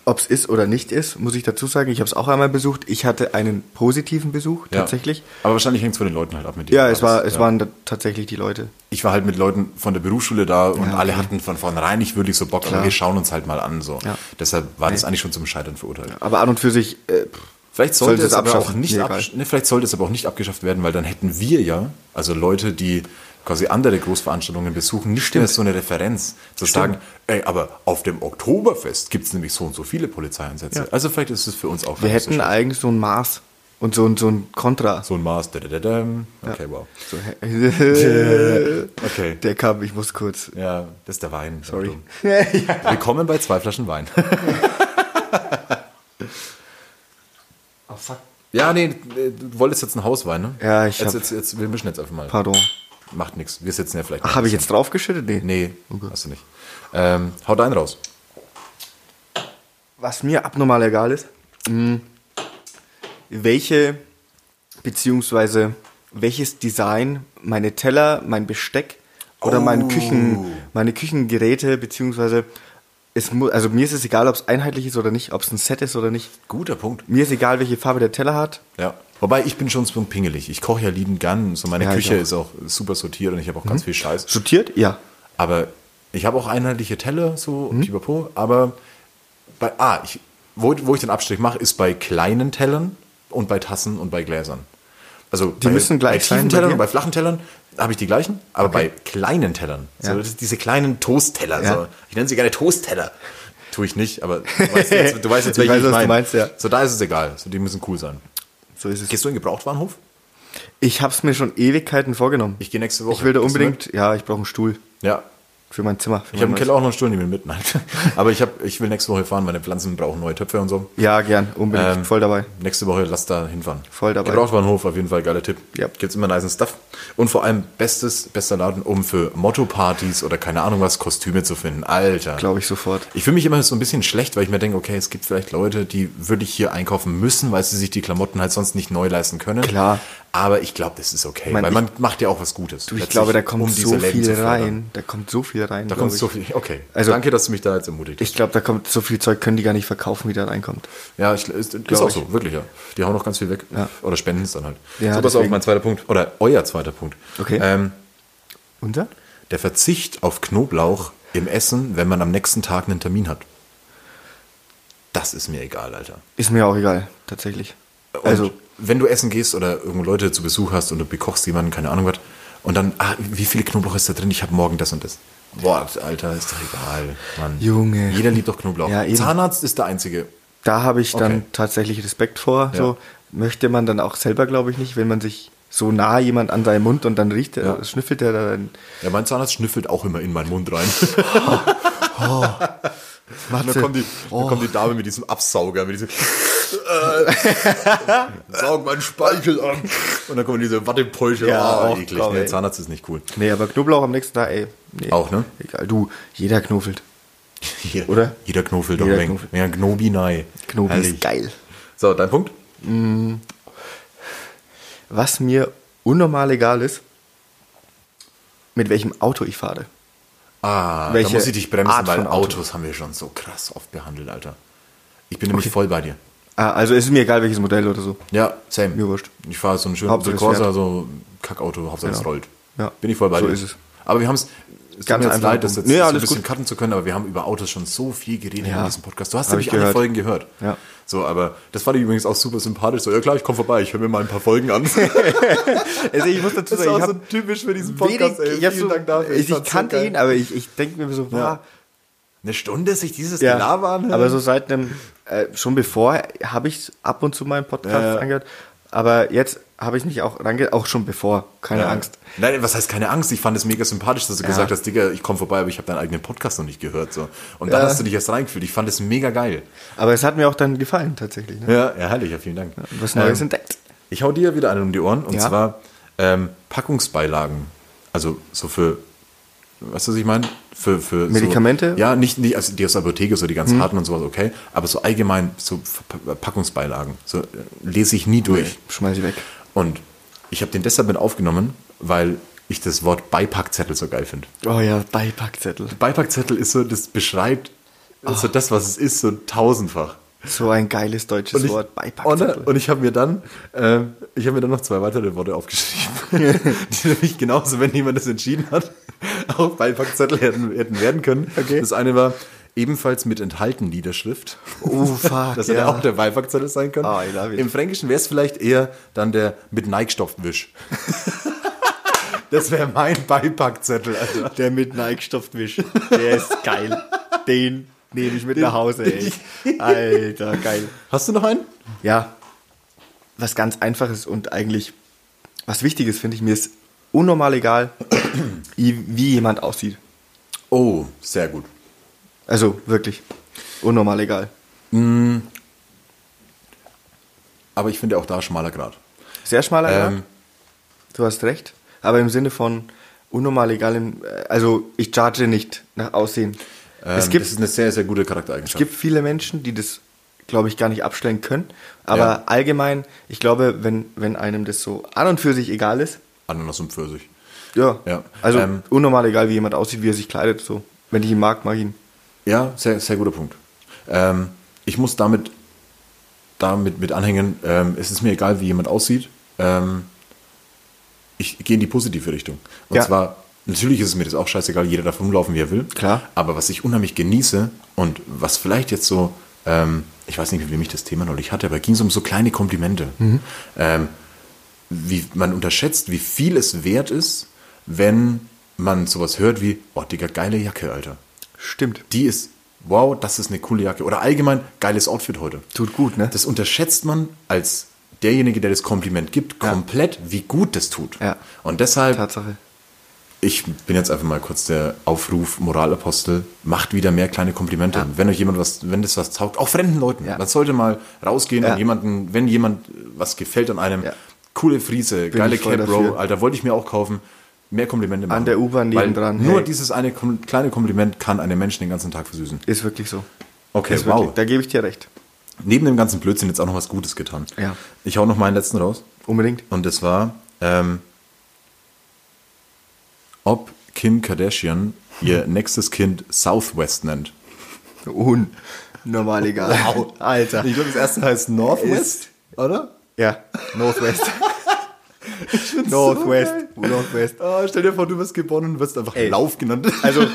S5: ob es ist oder nicht ist, muss ich dazu sagen. Ich habe es auch einmal besucht. Ich hatte einen positiven Besuch,
S6: Ja.
S5: tatsächlich.
S6: Aber wahrscheinlich hängt es von den Leuten halt ab mit denen
S5: Ja, es,
S6: alles-
S5: war, es waren da tatsächlich die Leute.
S6: Ich war halt mit Leuten von der Berufsschule da und
S5: Ja,
S6: alle
S5: okay.
S6: hatten von vornherein nicht wirklich so Bock, aber
S5: Klar.
S6: wir schauen uns halt mal an. So.
S5: Ja.
S6: Deshalb war das eigentlich schon zum Scheitern verurteilt.
S5: Aber an und für sich, äh, pff,
S6: Vielleicht
S5: Sollte
S6: sollte, es
S5: es
S6: aber auch
S5: abschaffen.
S6: nicht
S5: Mir
S6: absch-
S5: egal.
S6: ne, vielleicht sollte es aber auch nicht abgeschafft werden, weil dann hätten wir ja, also Leute, die quasi andere Großveranstaltungen besuchen, nicht mehr so eine Referenz zu sagen, ey, aber auf dem Oktoberfest gibt es nämlich so und so viele Polizeieinsätze. Also vielleicht ist es für uns auch
S5: wir
S6: gar nicht so
S5: hätten
S6: schlecht.
S5: eigentlich so ein Maß und so ein, so ein Kontra.
S6: so ein Maß. dadadadam. Okay, wow.
S5: So, hä-
S6: Okay.
S5: Der kam, ich muss kurz.
S6: Ja, das ist der Wein.
S5: Sorry.
S6: Dumm. Willkommen bei zwei Flaschen Wein.
S5: Oh, fuck.
S6: ja, nee, äh, du wolltest jetzt einen Hauswein, ne?
S5: Ja, ich
S6: jetzt,
S5: hab-
S6: jetzt, jetzt, Wir mischen jetzt einfach mal.
S5: Pardon.
S6: Macht nichts. Wir sitzen ja vielleicht. noch
S5: Habe ich
S6: ein
S5: jetzt draufgeschüttet? Nee.
S6: bisschen. Nee, hast du nicht. Ähm, hau deinen raus.
S5: Was mir abnormal egal ist, mh, welche beziehungsweise welches Design meine Teller, mein Besteck oder
S6: Oh.
S5: mein Küchen, meine Küchengeräte beziehungsweise es muss, also mir ist es egal, ob es einheitlich ist oder nicht, ob es ein Set ist oder nicht.
S6: Guter Punkt.
S5: Mir ist egal, welche Farbe der Teller hat.
S6: Ja. Wobei, ich bin schon so pingelig. Ich koche ja lieben gern. So meine
S5: Ja, ich
S6: Küche
S5: auch. Mhm.
S6: ist auch super sortiert und ich habe auch ganz viel Scheiß.
S5: Sortiert? Ja.
S6: Aber ich habe auch einheitliche Teller, so mhm. pipapo, aber bei, ah, ich, wo, wo ich den Abstrich mache, ist bei kleinen Tellern und bei Tassen und bei Gläsern. Also die bei,
S5: müssen gleich
S6: bei
S5: sein
S6: tiefen
S5: bei
S6: Tellern
S5: dir?
S6: und bei flachen Tellern habe ich die gleichen, aber bei kleinen Tellern, so,
S5: Ja.
S6: das ist diese kleinen Toastteller, so.
S5: Ja.
S6: ich nenne sie gerne Toastteller. Tue ich nicht, aber du weißt jetzt, du weißt jetzt
S5: Ich
S6: welche
S5: weiß, was du
S6: meine.
S5: meinst, ja.
S6: So, da ist es egal. So, die müssen cool sein.
S5: So ist es.
S6: Gehst du in den Gebrauchtwarenhof?
S5: Ich habe es mir schon Ewigkeiten vorgenommen.
S6: Ich gehe nächste Woche.
S5: Ich will da
S6: Gehst du
S5: unbedingt, ja, ich brauche einen Stuhl
S6: mit? Ja,
S5: für mein Zimmer. Für
S6: Ich habe
S5: mein
S6: im Keller auch noch einen Stuhl, den wir mit. Nein. Aber ich, hab, ich will nächste Woche fahren, meine Pflanzen brauchen neue Töpfe und so.
S5: neues- Ja, gern, unbedingt.
S6: Ähm,
S5: Voll dabei.
S6: Nächste Woche lass da hinfahren.
S5: Voll dabei.
S6: Gebrauchtwarenhof, auf jeden Fall geiler Tipp.
S5: Ja.
S6: Gibt's immer nice Stuff. Und vor allem bestes, bester Laden, um für Motto-Partys oder keine Ahnung was, Kostüme zu finden. Alter.
S5: Glaube ich sofort.
S6: Ich fühle mich immer so ein bisschen schlecht, weil ich mir denke, okay, es gibt vielleicht Leute, die wirklich hier einkaufen müssen, weil sie sich die Klamotten halt sonst nicht neu leisten können.
S5: Klar.
S6: Aber ich glaube, das ist okay,
S5: mein,
S6: weil
S5: ich-
S6: man macht ja auch was Gutes.
S5: Du, ich
S6: letztlich,
S5: glaube, da kommt
S6: um diese
S5: so
S6: Läden zu
S5: viel
S6: fördern.
S5: rein. Da kommt so viel rein.
S6: Da
S5: glaub
S6: kommt
S5: ich.
S6: so viel. Okay.
S5: Also-
S6: Danke, dass du mich da jetzt ermutigt hast.
S5: Ich glaube, da kommt so viel Zeug, können die gar nicht verkaufen, wie da reinkommt.
S6: Ja, ich, ist, ist
S5: Glaub
S6: auch
S5: ich.
S6: so, wirklich, ja. Die hauen noch ganz viel weg.
S5: Ja.
S6: Oder spenden es dann halt.
S5: Ja,
S6: so, pass auf,
S5: deswegen.
S6: mein zweiter Punkt. Oder euer zweiter Punkt.
S5: Okay.
S6: Ähm,
S5: Unser?
S6: der Verzicht auf Knoblauch im Essen, wenn man am nächsten Tag einen Termin hat. Das ist mir egal, Alter.
S5: Ist mir auch egal, tatsächlich.
S6: Und
S5: also,
S6: wenn du essen gehst oder irgendwo Leute zu Besuch hast und du bekochst jemanden, keine Ahnung was, und dann, ah, wie viel Knoblauch ist da drin? Ich habe morgen das und das. Boah, Alter, ist doch egal, Mann.
S5: Junge.
S6: Jeder liebt doch Knoblauch.
S5: Ja, eben.
S6: Zahnarzt ist der einzige.
S5: da habe ich dann
S6: Okay.
S5: tatsächlich Respekt vor.
S6: Ja.
S5: So möchte man dann auch selber, glaube ich, nicht, wenn man sich so nah jemand an seinen Mund und dann riecht er,
S6: Ja.
S5: schnüffelt er dann.
S6: Ja, mein Zahnarzt schnüffelt auch immer in meinen Mund rein. Und dann kommt, die, dann
S5: Oh.
S6: kommt die Dame mit diesem Absauger, mit diesem äh, Saug meinen Speichel an. Und dann kommen diese Wattepäusche.
S5: Ja,
S6: Ja,
S5: auch,
S6: eklig.
S5: komm,
S6: nee,
S5: ey.
S6: Zahnarzt ist nicht cool.
S5: Nee, aber Knoblauch am nächsten Tag, ey. Nee.
S6: Auch, ne?
S5: Egal, du, jeder knofelt.
S6: Jeder,
S5: Oder?
S6: Jeder Knofel doch
S5: Jeder
S6: ein wenig.
S5: Knofel.
S6: Ja, Gnobi nein.
S5: Knobi
S6: Herrlich.
S5: ist geil.
S6: So, dein Punkt?
S5: was mir unnormal egal ist, mit welchem Auto ich fahre.
S6: Ah,
S5: Welche
S6: da muss ich dich bremsen,
S5: Art
S6: weil
S5: von Auto?
S6: Autos haben wir schon so krass oft behandelt, Alter. Ich bin nämlich voll bei dir.
S5: Ah, also es ist mir egal, welches Modell oder so.
S6: Ja, same.
S5: Mir wurscht.
S6: Ich fahre so einen schönen
S5: Hauptsache es
S6: Corsa,
S5: fährt.
S6: so ein Kackauto, Hauptsache es
S5: Ja.
S6: rollt.
S5: Ja.
S6: Bin ich voll bei
S5: So
S6: dir.
S5: ist es.
S6: Aber wir haben es. Es tut
S5: Ganz
S6: mir jetzt
S5: einfach.
S6: leid, das jetzt
S5: Nee,
S6: so ein
S5: alles
S6: bisschen
S5: gut.
S6: cutten zu können, aber wir haben über Autos schon so viel geredet
S5: Ja.
S6: in diesem Podcast. Du hast
S5: Hab
S6: nämlich
S5: ich
S6: alle
S5: gehört.
S6: Folgen gehört.
S5: Ja.
S6: So, aber das fand ich übrigens auch super sympathisch. So, ja klar, ich komme vorbei, ich höre mir mal ein paar Folgen an.
S5: Also ich muss dazu
S6: Das ist
S5: sagen,
S6: auch
S5: ich
S6: so
S5: habe
S6: typisch für diesen
S5: wenig,
S6: Podcast, ey.
S5: ich, hab
S6: Vielen
S5: so, also
S6: Dank dafür.
S5: ich,
S6: fand's so
S5: kannte
S6: geil.
S5: ihn, aber ich, ich denke mir so, wow,
S6: Eine Stunde sich dieses
S5: Ja,
S6: Gelaber anhören?
S5: aber so seit einem, äh, schon bevor habe ich ab und zu meinen Podcast
S6: Ja, ja.
S5: angehört, aber jetzt habe ich mich auch range, auch schon bevor, keine
S6: Ja.
S5: Angst.
S6: Nein, was heißt keine Angst? Ich fand es mega sympathisch, dass du gesagt hast, Digga, ich komme vorbei, aber ich habe deinen eigenen Podcast noch nicht gehört. So. Und dann
S5: Ja.
S6: hast du dich erst reingefühlt. Ich fand es mega geil.
S5: Aber es hat mir auch dann gefallen tatsächlich. Ne?
S6: Ja, ja herrlich, ja, vielen Dank.
S5: Was Neues
S6: Ähm,
S5: entdeckt.
S6: Ich hau dir wieder einen um die Ohren und
S5: Ja.
S6: zwar ähm, Packungsbeilagen. Also so für, weißt du, was ich meine? Für, für
S5: Medikamente? Mhm.
S6: So, ja, nicht, nicht also die aus der Apotheke, so die ganz harten und sowas, okay. Aber so allgemein so Verpa- Packungsbeilagen. So äh, lese ich nie durch.
S5: Schmeiß ich weg.
S6: Und ich habe den deshalb mit aufgenommen, weil ich das Wort Beipackzettel so geil finde.
S5: Oh ja, Beipackzettel.
S6: Beipackzettel ist so, das beschreibt
S5: Ah.
S6: so das, was es ist, so tausendfach.
S5: So ein geiles deutsches
S6: ich,
S5: Wort,
S6: und,
S5: Beipackzettel.
S6: und ich habe mir dann, äh, ich habe mir dann noch zwei weitere Worte aufgeschrieben, die nämlich genauso, wenn jemand das entschieden hat, auch Beipackzettel hätten, hätten werden können.
S5: Okay.
S6: Das eine war ebenfalls mit enthalten Niederschrift.
S5: oh fuck,
S6: Das hätte
S5: ja.
S6: auch der Beipackzettel sein können.
S5: Ah, I love it.
S6: Im Fränkischen wäre es vielleicht eher dann der mit Neigstoffwisch. das wäre mein Beipackzettel, Alter.
S5: Der mit Nike Stoffwisch. Der ist geil. Den nehme ich mit nach Hause, ey. Alter, geil.
S6: Hast du noch einen?
S5: Ja, was ganz Einfaches und eigentlich was Wichtiges finde ich. Mir ist unnormal egal, i- wie jemand aussieht.
S6: Oh, sehr gut.
S5: Also wirklich unnormal egal.
S6: Aber ich finde auch da schmaler Grad.
S5: Sehr schmaler Grad.
S6: Ähm.
S5: Du hast recht. Aber im Sinne von unnormal egal, im, also ich charge nicht nach Aussehen. es
S6: Ähm,
S5: gibt
S6: das ist eine sehr, sehr gute Charaktereigenschaft.
S5: Es gibt viele Menschen, die das, glaube ich, gar nicht abstellen können. Aber
S6: Ja.
S5: allgemein, ich glaube, wenn, wenn einem das so an und für sich egal ist,
S6: Ananas und Pfirsich.
S5: ja.
S6: Ja.
S5: Also
S6: Ähm.
S5: unnormal egal, wie jemand aussieht, wie er sich kleidet. So. Wenn ich ihn mag, mag ich ihn.
S6: Ja, sehr, sehr guter Punkt. Ähm, ich muss damit, damit mit anhängen, ähm, es ist mir egal, wie jemand aussieht. Ähm, ich gehe in die positive Richtung. Und
S5: Ja.
S6: zwar, natürlich ist es mir das auch scheißegal, jeder darf rumlaufen, wie er will.
S5: Klar.
S6: Aber was ich unheimlich genieße und was vielleicht jetzt so, ähm, ich weiß nicht, mit wem ich das Thema neulich hatte, aber ging es um so kleine Komplimente.
S5: Mhm.
S6: Ähm, wie man unterschätzt, wie viel es wert ist, wenn man sowas hört wie, oh, Digga, geile Jacke, Alter
S5: Stimmt.
S6: die ist, wow, das ist eine coole Jacke. Oder allgemein, geiles Outfit heute.
S5: Tut gut, ne?
S6: Das unterschätzt man als derjenige, der das Kompliment gibt, komplett, wie gut das tut.
S5: Ja.
S6: Und deshalb,
S5: Tatsache.
S6: ich bin jetzt einfach mal kurz der Aufruf, Moralapostel, macht wieder mehr kleine Komplimente. Und Wenn euch jemand was, wenn das was taugt, auch fremden Leuten.
S5: Ja.
S6: Man sollte mal rausgehen
S5: Ja.
S6: und jemanden, wenn jemand äh, was gefällt an einem,
S5: Ja.
S6: coole Friese, geile
S5: ich voll
S6: Cap, Bro,
S5: dafür.
S6: Alter, wollte ich mir auch kaufen. Mehr Komplimente machen.
S5: der U-Bahn
S6: Weil
S5: nebendran,
S6: Nur
S5: hey.
S6: dieses eine kom kleine Kompliment kann einem Menschen den ganzen Tag versüßen.
S5: Ist wirklich so.
S6: Okay,
S5: Ist
S6: wow.
S5: wirklich, da gebe ich dir recht.
S6: Neben dem ganzen Blödsinn jetzt auch noch was Gutes getan.
S5: Ja.
S6: Ich hau noch meinen letzten raus.
S5: Unbedingt.
S6: Und das war, ähm, ob Kim Kardashian ihr
S5: Hm.
S6: nächstes Kind Southwest nennt.
S5: Unnormal egal. Alter.
S6: Ich glaube, das erste heißt Northwest, oder?
S5: Ja, Northwest. Northwest. Northwest.
S6: Ah, stell dir vor, du wirst geboren und wirst einfach
S5: Ey.
S6: Lauf genannt.
S5: Also.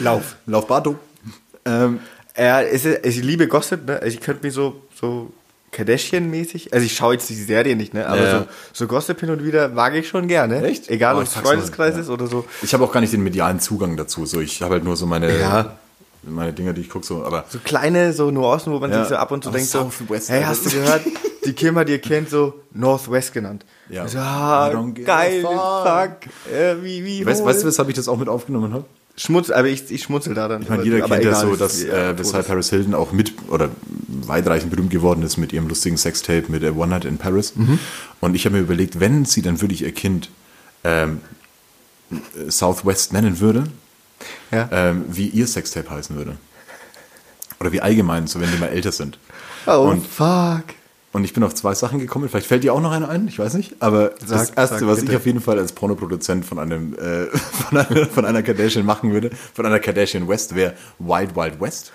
S5: Lauf.
S6: Lauf Barto. Ähm,
S5: Ja, es ist, ich liebe Gossip, ne? Also ich könnte mir so, so Kardashian-mäßig, also ich schaue jetzt die Serie nicht, ne? Aber
S6: Ja.
S5: so, so Gossip hin und wieder mag ich schon gerne.
S6: Echt?
S5: Egal,
S6: Oh,
S5: ob
S6: ich
S5: es
S6: pack's mal,
S5: Freundeskreis
S6: ja.
S5: ist oder so.
S6: ich habe auch gar nicht den medialen Zugang dazu. So, ich habe halt nur so meine,
S5: Ja.
S6: meine Dinge, die ich gucke. So, aber
S5: So kleine so Nuancen, wo man
S6: Ja.
S5: sich so ab und zu
S6: Aber
S5: denkt, so,
S6: Southwest,
S5: hey,
S6: Alter.
S5: hast du gehört? Die Kim hat ihr Kind so Northwest genannt.
S6: Ja.
S5: So, ah,
S6: I don't give a
S5: geil,
S6: fuck.
S5: fuck. Äh, wie, wie,
S6: weißt,
S5: hol.
S6: weißt du, weshalb ich das auch mit aufgenommen habe?
S5: Schmutz, aber ich, ich schmunzel da dann.
S6: Ich meine, jeder
S5: aber
S6: kennt ja
S5: egal,
S6: so,
S5: es
S6: dass
S5: ist,
S6: äh,
S5: tot
S6: weshalb
S5: ist.
S6: Paris Hilton auch mit oder weitreichend berühmt geworden ist mit ihrem lustigen Sextape mit äh, One Night in Paris.
S5: Mhm.
S6: Und ich habe mir überlegt, wenn sie dann wirklich ihr Kind ähm, äh, Southwest nennen würde,
S5: Ja.
S6: ähm, wie ihr Sextape heißen würde. Oder wie allgemein, so wenn die mal älter sind.
S5: Oh,
S6: und-
S5: fuck.
S6: Und ich bin auf zwei Sachen gekommen. Vielleicht fällt dir auch noch eine ein, ich weiß nicht. Aber das
S5: Sag-
S6: Erste,
S5: sag
S6: was
S5: bitte.
S6: ich auf jeden Fall als Pornoproduzent von, einem, äh, von, einer, von einer Kardashian machen würde, von einer Kardashian West, wäre Wild Wild West.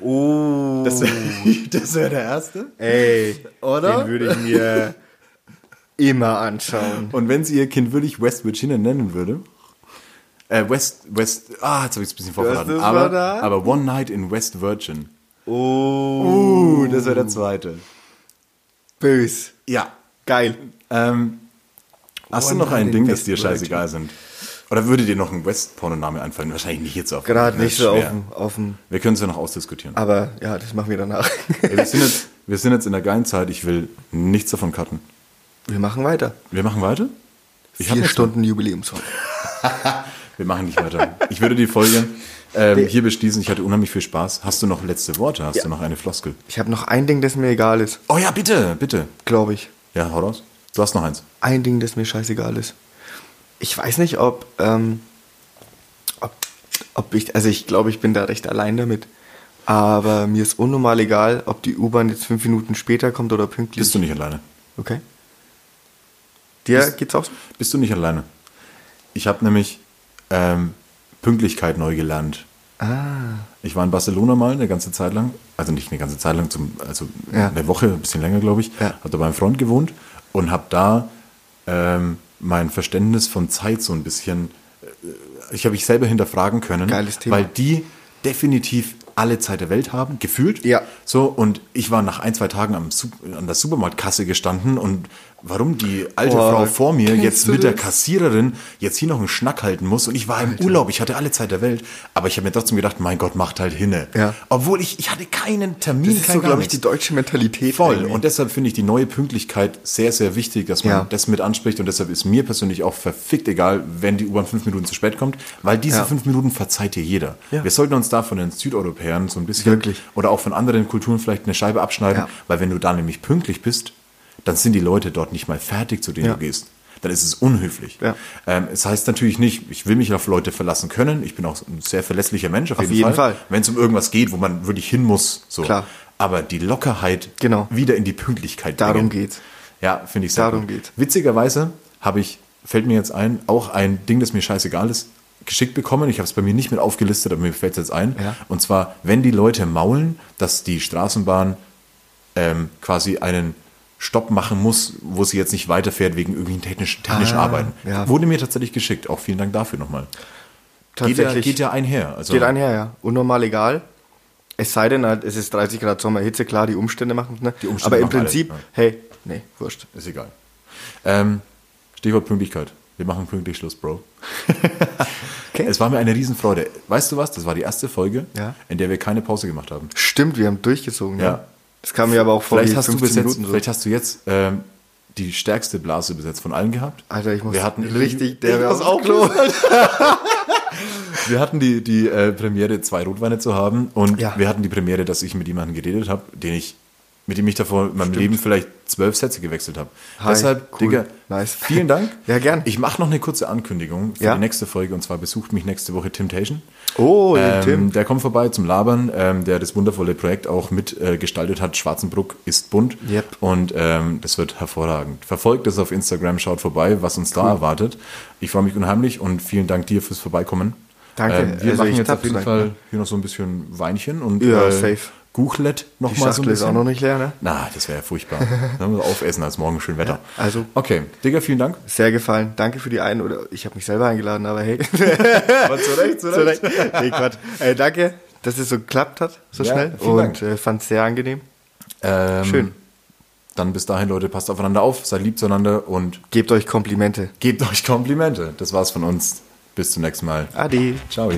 S5: Oh,
S6: Das wäre wär der Erste.
S5: ey,
S6: Oder?
S5: Den würde ich mir immer anschauen.
S6: Und wenn sie ihr Kind wirklich West Virginia nennen würde, äh, West, West, ah, jetzt habe ich es ein bisschen vorverraten,
S5: ist
S6: aber,
S5: verraten.
S6: aber One Night in West Virgin.
S5: Oh,
S6: Uh, das wäre der zweite.
S5: bös.
S6: Ja.
S5: Geil.
S6: Ähm, hast
S5: One
S6: du noch
S5: Night
S6: ein
S5: in
S6: Ding, das
S5: West
S6: dir scheißegal sind? Oder würde dir noch ein West-Pornoname einfallen? Wahrscheinlich nicht jetzt auf
S5: Gerade
S6: ne,
S5: nicht so auf
S6: schwer.
S5: dem, auf dem.
S6: Wir können es ja noch ausdiskutieren.
S5: Aber ja, das machen wir danach.
S6: Ey, wir, sind jetzt, wir sind jetzt in der geilen Zeit, ich will nichts davon cutten.
S5: Wir machen weiter.
S6: Wir machen weiter? Ich hab
S5: Vier
S6: nichts
S5: Stunden Jubiläumsfolge.
S6: Wir machen nicht weiter. Ich würde die Folge ähm, hier beschließen. Ich hatte unheimlich viel Spaß. Hast du noch letzte Worte? Hast du noch eine Floskel?
S5: Ich habe noch ein Ding, das mir egal ist,
S6: Oh ja, bitte, bitte.
S5: glaube ich.
S6: Ja, hau raus. Du hast noch eins.
S5: Ein Ding, das mir scheißegal ist. Ich weiß nicht, ob, ähm, ob, ob ich, also ich glaube, ich bin da recht allein damit. Aber mir ist unnormal egal, ob die U-Bahn jetzt fünf Minuten später kommt oder pünktlich.
S6: Bist du nicht alleine?
S5: Okay. Dir geht's auch so?
S6: Bist du nicht alleine? Ich habe nämlich ähm, Pünktlichkeit neu gelernt. Ah. Ich war in Barcelona mal eine ganze Zeit lang, also nicht eine ganze Zeit lang, zum, also
S5: Ja.
S6: eine Woche, ein bisschen länger, glaube ich.
S5: Ja.
S6: Habe da beim Freund gewohnt und habe da ähm, mein Verständnis von Zeit so ein bisschen, äh, ich habe mich selber hinterfragen können.
S5: Geiles Thema.
S6: Weil die definitiv alle Zeit der Welt haben, gefühlt.
S5: Ja.
S6: So, und ich war nach ein, zwei Tagen am, Sup- an der Supermarktkasse gestanden und warum die alte
S5: Oh,
S6: Frau vor mir
S5: kennst
S6: jetzt
S5: du
S6: mit der
S5: das?
S6: Kassiererin jetzt hier noch einen Schnack halten muss und ich war im Urlaub, ich hatte alle Zeit der Welt, aber ich habe mir trotzdem gedacht, mein Gott, macht halt hinne.
S5: Ja.
S6: Obwohl ich, ich hatte keinen Termin,
S5: Das ist
S6: kein
S5: so,
S6: gar
S5: glaube ich, die
S6: nichts.
S5: deutsche Mentalität.
S6: Voll.
S5: irgendwie.
S6: Und deshalb finde ich die neue Pünktlichkeit sehr, sehr wichtig, dass man
S5: Ja.
S6: das mit anspricht. Und deshalb ist mir persönlich auch verfickt egal, wenn die U-Bahn fünf Minuten zu spät kommt, weil diese
S5: Ja.
S6: fünf Minuten verzeiht dir jeder.
S5: Ja.
S6: Wir sollten uns da von den Südeuropäern so ein bisschen
S5: Wirklich.
S6: oder auch von anderen Kulturen vielleicht eine Scheibe abschneiden,
S5: Ja.
S6: weil wenn du da nämlich pünktlich bist, dann sind die Leute dort nicht mal fertig, zu denen
S5: Ja.
S6: du gehst. Dann ist es unhöflich.
S5: Ja.
S6: Ähm, es heißt natürlich nicht, ich will mich auf Leute verlassen können. Ich bin auch ein sehr verlässlicher Mensch, auf, jeden,
S5: jeden
S6: Fall.
S5: Fall.
S6: Wenn es um irgendwas geht, wo man wirklich hin muss. So.
S5: Klar.
S6: Aber die Lockerheit
S5: Genau.
S6: wieder in die Pünktlichkeit
S5: Darum
S6: bringen.
S5: geht's.
S6: Ja, finde ich sehr
S5: Darum
S6: gut.
S5: geht's.
S6: Witzigerweise habe ich, fällt mir jetzt ein, auch ein Ding, das mir scheißegal ist, geschickt bekommen. Ich habe es bei mir nicht mit aufgelistet, aber mir fällt es jetzt ein.
S5: Ja.
S6: Und zwar, wenn die Leute maulen, dass die Straßenbahn ähm, quasi einen Stopp machen muss, wo sie jetzt nicht weiterfährt wegen irgendwelchen technischen, technischen
S5: Ah,
S6: Arbeiten.
S5: ja.
S6: Wurde mir tatsächlich geschickt. Auch vielen Dank dafür nochmal. Geht ja,
S5: Tatsächlich.
S6: geht ja einher. Also,
S5: Geht einher, ja. Unnormal egal. Es sei denn, halt, es ist 30 Grad Sommerhitze, klar, die Umstände machen ne?
S6: Die Umstände
S5: Aber im
S6: machen
S5: Prinzip,
S6: alles, ja.
S5: hey, nee, wurscht.
S6: Ist egal. Ähm, Stichwort Pünktlichkeit. Wir machen pünktlich Schluss, Bro.
S5: Okay.
S6: Es war mir eine Riesenfreude. Weißt du was? Das war die erste Folge,
S5: Ja.
S6: in der wir keine Pause gemacht haben.
S5: Stimmt, wir haben durchgezogen. ne?
S6: Ja.
S5: Das kam mir aber auch vor
S6: Vielleicht
S5: wie
S6: hast, du bis jetzt,
S5: Minuten so.
S6: vielleicht hast du jetzt ähm, die stärkste Blase bis jetzt von allen gehabt.
S5: Alter, ich muss
S6: wir hatten
S5: richtig
S6: der
S5: derbe
S6: ich
S5: aufs
S6: muss auch
S5: Klo.
S6: Wir hatten die, die äh, Premiere, zwei Rotweine zu haben. Und
S5: Ja.
S6: wir hatten die Premiere, dass ich mit jemandem geredet habe, den ich, mit dem ich davor in meinem Leben vielleicht zwölf Sätze gewechselt habe.
S5: Hi,
S6: Deshalb,
S5: cool,
S6: Digga,
S5: nice.
S6: vielen Dank.
S5: Ja, gern.
S6: Ich mache noch eine kurze Ankündigung für
S5: Ja.
S6: die nächste Folge. Und zwar besucht mich nächste Woche Temptation.
S5: Oh, den
S6: ähm,
S5: Tim.
S6: Der kommt vorbei zum Labern, ähm, der das wundervolle Projekt auch mit äh, gestaltet hat. Schwarzenbruck ist bunt.
S5: Yep.
S6: Und ähm, das wird hervorragend. Verfolgt es auf Instagram, schaut vorbei, was uns da erwartet. Ich freue mich unheimlich und vielen Dank dir fürs Vorbeikommen.
S5: Danke.
S6: Ähm, wir
S5: Also
S6: machen
S5: ich
S6: jetzt
S5: hab
S6: auf jeden
S5: zu
S6: Fall
S5: danken.
S6: hier noch so ein bisschen Weinchen und äh,
S5: Ja, safe.
S6: Guchlet noch
S5: Die
S6: mal so ein
S5: Schachtel ist
S6: bisschen.
S5: auch noch nicht leer, ne?
S6: Na, das wäre ja furchtbar. Dann müssen wir aufessen als morgen schön Wetter.
S5: Ja, also-
S6: Okay, Digga, vielen Dank.
S5: Sehr gefallen. Danke für die ein oder ich habe mich selber eingeladen, aber hey.
S6: zu Recht, zu Recht.
S5: Nee, Quatsch. Äh, danke, dass es so geklappt hat, so
S6: Ja,
S5: schnell.
S6: vielen Dank.
S5: Und äh, fand es sehr angenehm.
S6: Ähm,
S5: Schön.
S6: Dann bis dahin, Leute, passt aufeinander auf, seid lieb zueinander und
S5: Gebt euch Komplimente.
S6: gebt euch Komplimente. Das war's von uns. Bis zum nächsten Mal.
S5: Adi.
S6: Ciao.